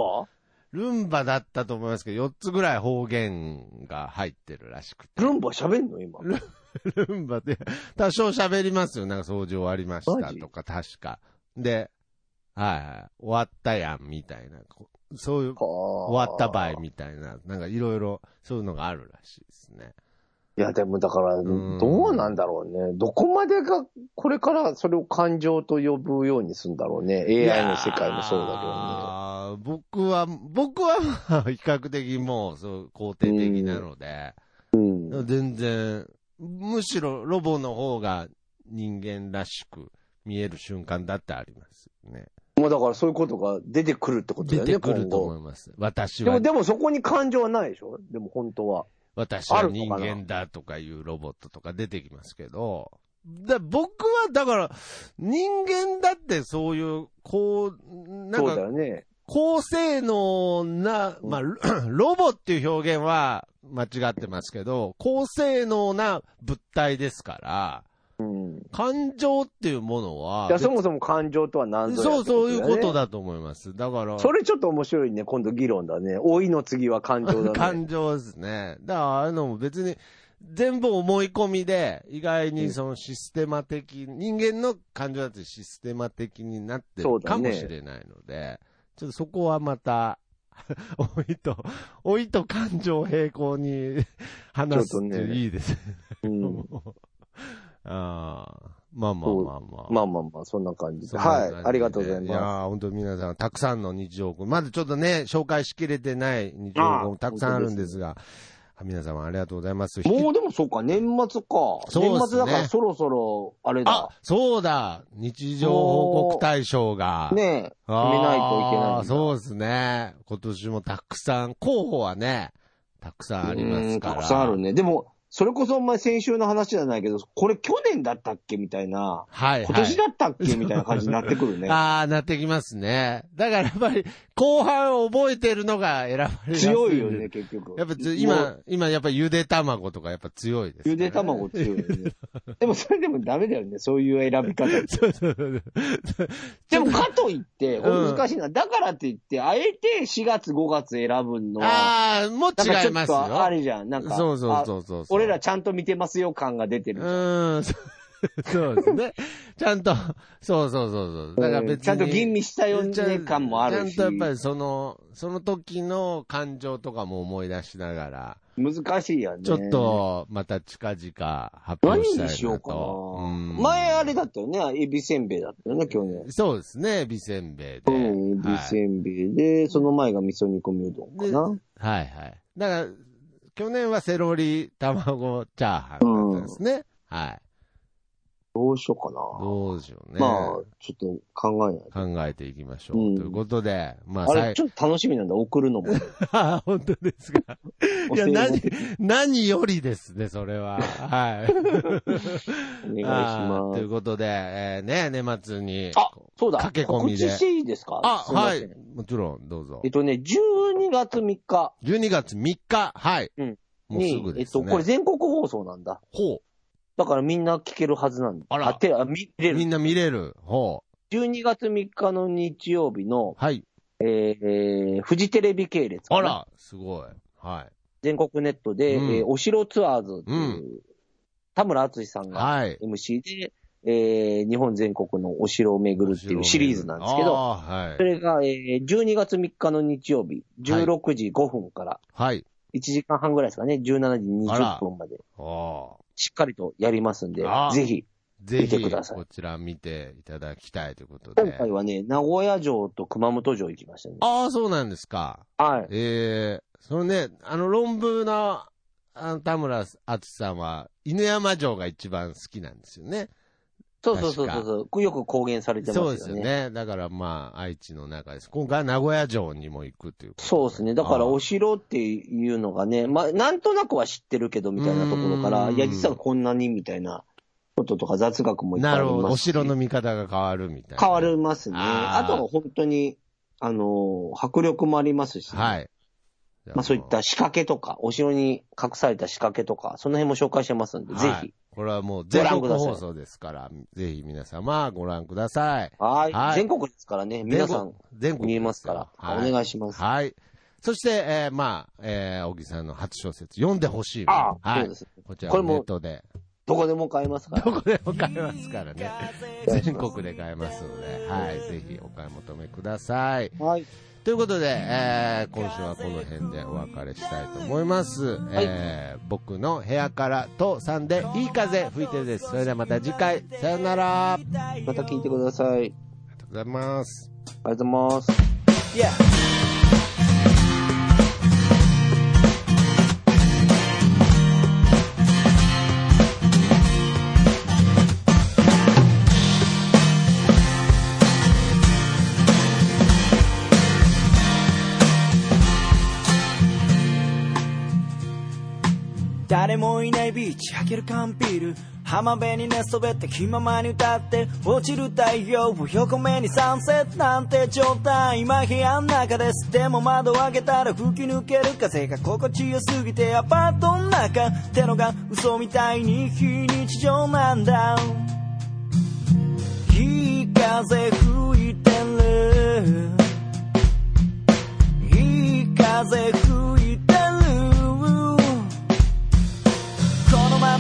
[SPEAKER 1] バ
[SPEAKER 2] ルンバだったと思いますけど、4つぐらい方言が入ってるらしくて。
[SPEAKER 1] ルンバ喋んの今。
[SPEAKER 2] ルンバで、多少喋りますよ。なんか掃除終わりました
[SPEAKER 1] マジ
[SPEAKER 2] とか、確か。で、はいはい、終わったやん、みたいな。こうそういう、
[SPEAKER 1] 終
[SPEAKER 2] 終わった場合みたいな。なんかいろいろ、そういうのがあるらしいですね。
[SPEAKER 1] いや、でもだから、
[SPEAKER 2] ん
[SPEAKER 1] どうなんだろうね。どこまでが、これからそれを感情と呼ぶようにするんだろうね。AI の世界もそうだけどね。
[SPEAKER 2] どね。僕は、僕はまあ比較的もう、そう、肯定的なので。
[SPEAKER 1] うん。
[SPEAKER 2] 全然、むしろロボの方が人間らしく見える瞬間だってありますよね。
[SPEAKER 1] もうだからそういうことが出てくるってことだ
[SPEAKER 2] 出
[SPEAKER 1] よね、
[SPEAKER 2] てくる
[SPEAKER 1] 今
[SPEAKER 2] と
[SPEAKER 1] 後
[SPEAKER 2] 思。います。私
[SPEAKER 1] で
[SPEAKER 2] は
[SPEAKER 1] も、、でもそこに感情はないでしょでも本当は。
[SPEAKER 2] 私は
[SPEAKER 1] あるの
[SPEAKER 2] 人
[SPEAKER 1] かな
[SPEAKER 2] 間だとかいうロボットとか出てきますけど、だ僕はだから、人間だってそういう、こう、な
[SPEAKER 1] そうんだ
[SPEAKER 2] か、
[SPEAKER 1] よね。
[SPEAKER 2] 高性能な、まあ、 <clears throat> ロロボっていう表現は間違ってますけど、高性能な物体ですから、
[SPEAKER 1] うん。い
[SPEAKER 2] 感情っていうものは、
[SPEAKER 1] や、そもそも感情とは何ぞやっ
[SPEAKER 2] そう、
[SPEAKER 1] てだよ
[SPEAKER 2] そう
[SPEAKER 1] ね
[SPEAKER 2] いうこと。だと思います。だから、
[SPEAKER 1] それちょっと面白いね、今度議論だね。老いの次は感情だね。
[SPEAKER 2] <laughs> 感情ですね。だから、ああいうのも別に、全部思い込みで、意外にそのシステマ的、人間の感情だってシステマ的になって
[SPEAKER 1] そ
[SPEAKER 2] る
[SPEAKER 1] うだ
[SPEAKER 2] か
[SPEAKER 1] ね
[SPEAKER 2] もしれないので、ちょっとそこはまた、 <laughs> 老いと、老いと感情を平行に話すっていいですね。
[SPEAKER 1] うん。
[SPEAKER 2] ああ、まあまあまあまあ。
[SPEAKER 1] まあまあまあ、そんな感じで。
[SPEAKER 2] そんな
[SPEAKER 1] は
[SPEAKER 2] 感じ
[SPEAKER 1] い
[SPEAKER 2] で。
[SPEAKER 1] ありがとうござい
[SPEAKER 2] いや
[SPEAKER 1] ま
[SPEAKER 2] ー、本当に皆さん、たくさんの日常語、まだちょっとね、紹介しきれてない日常語もたくさんあるんですが、皆様ありがとうございます。
[SPEAKER 1] す。もうでもそうか、年末か。
[SPEAKER 2] そうっすね
[SPEAKER 1] 年末だからそろそろ、あれ
[SPEAKER 2] あ
[SPEAKER 1] だ。、
[SPEAKER 2] そうだ日常報告大賞が。
[SPEAKER 1] ねえ、決
[SPEAKER 2] あー、
[SPEAKER 1] めないといけないんだ。
[SPEAKER 2] そうですね。今年もたくさん、候補はね、たくさんありますから。
[SPEAKER 1] うんたくさんあるね。でも、それこそお前先週の話じゃないけど、これ去年だったっけみたいな。
[SPEAKER 2] はい、はい。
[SPEAKER 1] 今年だったっけみたいな感じになってくるね。
[SPEAKER 2] ああ、なってきますね。だからやっぱり、後半覚えてるのが選ばれ <laughs> やす
[SPEAKER 1] 強いよね、結局。
[SPEAKER 2] やっぱつ
[SPEAKER 1] もう、
[SPEAKER 2] 今、今やっぱゆで卵とかやっぱ強いです、ね。
[SPEAKER 1] ゆで卵強いよね。でもそれでもダメだよね、そういう選
[SPEAKER 2] <laughs>
[SPEAKER 1] び方。
[SPEAKER 2] そうそうそうそう。
[SPEAKER 1] でもかといって、これ
[SPEAKER 2] うん
[SPEAKER 1] 難しいな。だからって言って、あえて4月5月選ぶのは、
[SPEAKER 2] ああ、
[SPEAKER 1] な
[SPEAKER 2] もう
[SPEAKER 1] んか
[SPEAKER 2] 違
[SPEAKER 1] ち
[SPEAKER 2] い
[SPEAKER 1] ょ
[SPEAKER 2] ま
[SPEAKER 1] っ
[SPEAKER 2] す
[SPEAKER 1] とあ
[SPEAKER 2] よ。
[SPEAKER 1] れじゃん。なんか、
[SPEAKER 2] そうそう
[SPEAKER 1] あ
[SPEAKER 2] そうそう。
[SPEAKER 1] 俺ら、ちゃんと見てますよ感が出て
[SPEAKER 2] う
[SPEAKER 1] る。
[SPEAKER 2] ーん、そうそうで
[SPEAKER 1] <laughs>
[SPEAKER 2] すね。ちゃんと、そうそうそうそう。だから別に。
[SPEAKER 1] ちゃんと吟味したよね感もあるし
[SPEAKER 2] ちゃん。とやっぱりその、その時の感情とかも思い出しながら、
[SPEAKER 1] 難しいやね。
[SPEAKER 2] ちょっと、また近々発
[SPEAKER 1] 何
[SPEAKER 2] 表したいなと。
[SPEAKER 1] にしようか
[SPEAKER 2] うん
[SPEAKER 1] な。前あれだったよね、エビせんべいだったよね、去年。
[SPEAKER 2] そうですね、エビせんべいで。
[SPEAKER 1] うん、エビ
[SPEAKER 2] はい
[SPEAKER 1] せんべいで、その前が味噌煮込みうどんかな。
[SPEAKER 2] はいはい。だから、去年はセロリ卵チャーハンだったんですね。はい。
[SPEAKER 1] どうしようかな。
[SPEAKER 2] どうでしょうね。
[SPEAKER 1] まあ、ちょっと考えないと。
[SPEAKER 2] 考えていきましょう。
[SPEAKER 1] うん
[SPEAKER 2] ということで、まあ、
[SPEAKER 1] あ
[SPEAKER 2] さ
[SPEAKER 1] れ、
[SPEAKER 2] い
[SPEAKER 1] ちょっと楽しみなんだ、送るのも。
[SPEAKER 2] あ <laughs> 本当ですか。いや、
[SPEAKER 1] お歳暮
[SPEAKER 2] 何、何よりですね、それは。は
[SPEAKER 1] <laughs>
[SPEAKER 2] い。
[SPEAKER 1] お願いし
[SPEAKER 2] あー
[SPEAKER 1] ま
[SPEAKER 2] とい
[SPEAKER 1] す
[SPEAKER 2] う。ことで、えーね、年末に。
[SPEAKER 1] あそうだ、
[SPEAKER 2] 駆け込みで
[SPEAKER 1] 告知していいですか
[SPEAKER 2] あ
[SPEAKER 1] すま
[SPEAKER 2] は
[SPEAKER 1] せん
[SPEAKER 2] い。もちろん、どうぞ
[SPEAKER 1] えっ。とね、12月3日
[SPEAKER 2] 12月3日、はい。
[SPEAKER 1] うん
[SPEAKER 2] もうす
[SPEAKER 1] に、
[SPEAKER 2] ぐ
[SPEAKER 1] え
[SPEAKER 2] で
[SPEAKER 1] っ
[SPEAKER 2] す
[SPEAKER 1] と、
[SPEAKER 2] ね。
[SPEAKER 1] これ全国放送なんだ。
[SPEAKER 2] ほ
[SPEAKER 1] だからみんな聞けるはずなんだ。
[SPEAKER 2] あら
[SPEAKER 1] てあ見れ
[SPEAKER 2] う。み
[SPEAKER 1] る。
[SPEAKER 2] んな見れる。ほ
[SPEAKER 1] 12月3日の日曜日の
[SPEAKER 2] う。、はい。
[SPEAKER 1] えー、フジテレビ系列か
[SPEAKER 2] あ
[SPEAKER 1] な
[SPEAKER 2] ら、すごい。は
[SPEAKER 1] 全国ネットで、
[SPEAKER 2] うん
[SPEAKER 1] えーお城ツアーズっていう、
[SPEAKER 2] う
[SPEAKER 1] 田村敦さん
[SPEAKER 2] い。
[SPEAKER 1] が
[SPEAKER 2] はい。
[SPEAKER 1] MC で、えー日本全国のお城を巡るっていうシリーズなんですけど、
[SPEAKER 2] あー
[SPEAKER 1] そ
[SPEAKER 2] はい。
[SPEAKER 1] れが、えー12月3日の日曜日、16時5分から、
[SPEAKER 2] はい。
[SPEAKER 1] 1時間半ぐらいですかね、17時
[SPEAKER 2] あら
[SPEAKER 1] 20分まで、
[SPEAKER 2] ああ。
[SPEAKER 1] しっかりとやりますんで
[SPEAKER 2] あ、
[SPEAKER 1] ぜひ、
[SPEAKER 2] ぜ
[SPEAKER 1] 見て
[SPEAKER 2] ひ、
[SPEAKER 1] ください
[SPEAKER 2] こちら見ていただきたいということ
[SPEAKER 1] 今
[SPEAKER 2] で。
[SPEAKER 1] 回はね、名古屋城と熊本城行きましたね。
[SPEAKER 2] ああ、そうなんですか。
[SPEAKER 1] はい。
[SPEAKER 2] ええそのね、あの論文の、あの田村敦さんは、犬山城が一番好きなんですよね。
[SPEAKER 1] そうそうそうそうそう。よく公言されてます
[SPEAKER 2] そ
[SPEAKER 1] よ
[SPEAKER 2] う
[SPEAKER 1] ね。
[SPEAKER 2] ですよね。だからまあ、愛知の中です。今回は名古屋城にも行くということ
[SPEAKER 1] そうですね。だから、お城っていうのがね、まあ、なんとなくは知ってるけど、みたいなところか
[SPEAKER 2] う
[SPEAKER 1] ら、
[SPEAKER 2] ーん
[SPEAKER 1] いや、実はこんなに、みたいなこととか雑学もいっぱい
[SPEAKER 2] な
[SPEAKER 1] あり
[SPEAKER 2] る
[SPEAKER 1] ます
[SPEAKER 2] ほど。お
[SPEAKER 1] し
[SPEAKER 2] 城の見方が変わるみたいな。
[SPEAKER 1] 変わり。ますね。
[SPEAKER 2] あ
[SPEAKER 1] あ
[SPEAKER 2] ー
[SPEAKER 1] とは本当に、あのー、迫力もありますし、
[SPEAKER 2] はい。
[SPEAKER 1] まあ、そういった仕掛けとか、お城に隠された仕掛けとか、その辺も紹介してますんで、
[SPEAKER 2] はい
[SPEAKER 1] ぜひ。
[SPEAKER 2] これはもう
[SPEAKER 1] ご
[SPEAKER 2] 全
[SPEAKER 1] 覧く
[SPEAKER 2] 国
[SPEAKER 1] ださい
[SPEAKER 2] 放送ですから、ぜひ皆様ご覧ください。
[SPEAKER 1] はい,、
[SPEAKER 2] はい
[SPEAKER 1] 全国ですからね、皆さん
[SPEAKER 2] 全国
[SPEAKER 1] 見えますから、
[SPEAKER 2] はい
[SPEAKER 1] お願いします。
[SPEAKER 2] はい。そして、えー、まあ、えー、小木さんの初小説、読んでほしい。
[SPEAKER 1] ああ、
[SPEAKER 2] は
[SPEAKER 1] そう
[SPEAKER 2] い
[SPEAKER 1] で。す。
[SPEAKER 2] こちら
[SPEAKER 1] こ
[SPEAKER 2] は
[SPEAKER 1] れも
[SPEAKER 2] ネットで。
[SPEAKER 1] どこでも買えますから。
[SPEAKER 2] どこでも買えますからね。全国で買えますので、はい。ぜひお買い求めください。
[SPEAKER 1] はい。
[SPEAKER 2] ということで、えー、今週はこの辺でお別れしたいと思います。えー、僕の部屋からとさんでいい風吹いてるです。それではまた次回、さよなら。あり
[SPEAKER 1] また聞いてください。あり
[SPEAKER 2] がとうございます。
[SPEAKER 1] がとうございます。
[SPEAKER 3] 誰もいないビーチ開ける缶ビール浜辺に寝そべって気ままに歌って落ちる太陽を横目にサンセットなんて状態今部屋の中ですでも窓を開けたら吹き抜ける風が心地よすぎてアパートの中ってのが嘘みたいに非日常なんだいい風吹いてるいい風吹いてるこのま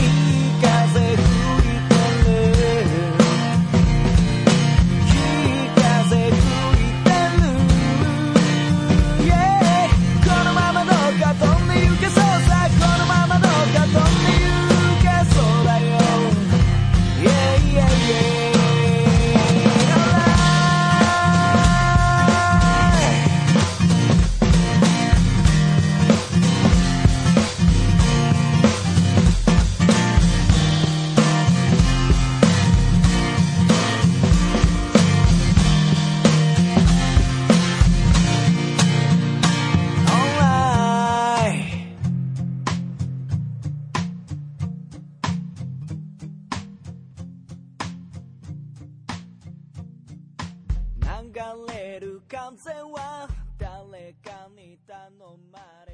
[SPEAKER 3] いい風吹いてるいい風吹いてる Yeah このままどうか飛んで行けそうさこのままどうか飛んで行けそうだよ Yeah, yeah, yeah. Alright. 流れる風は誰かに頼まれ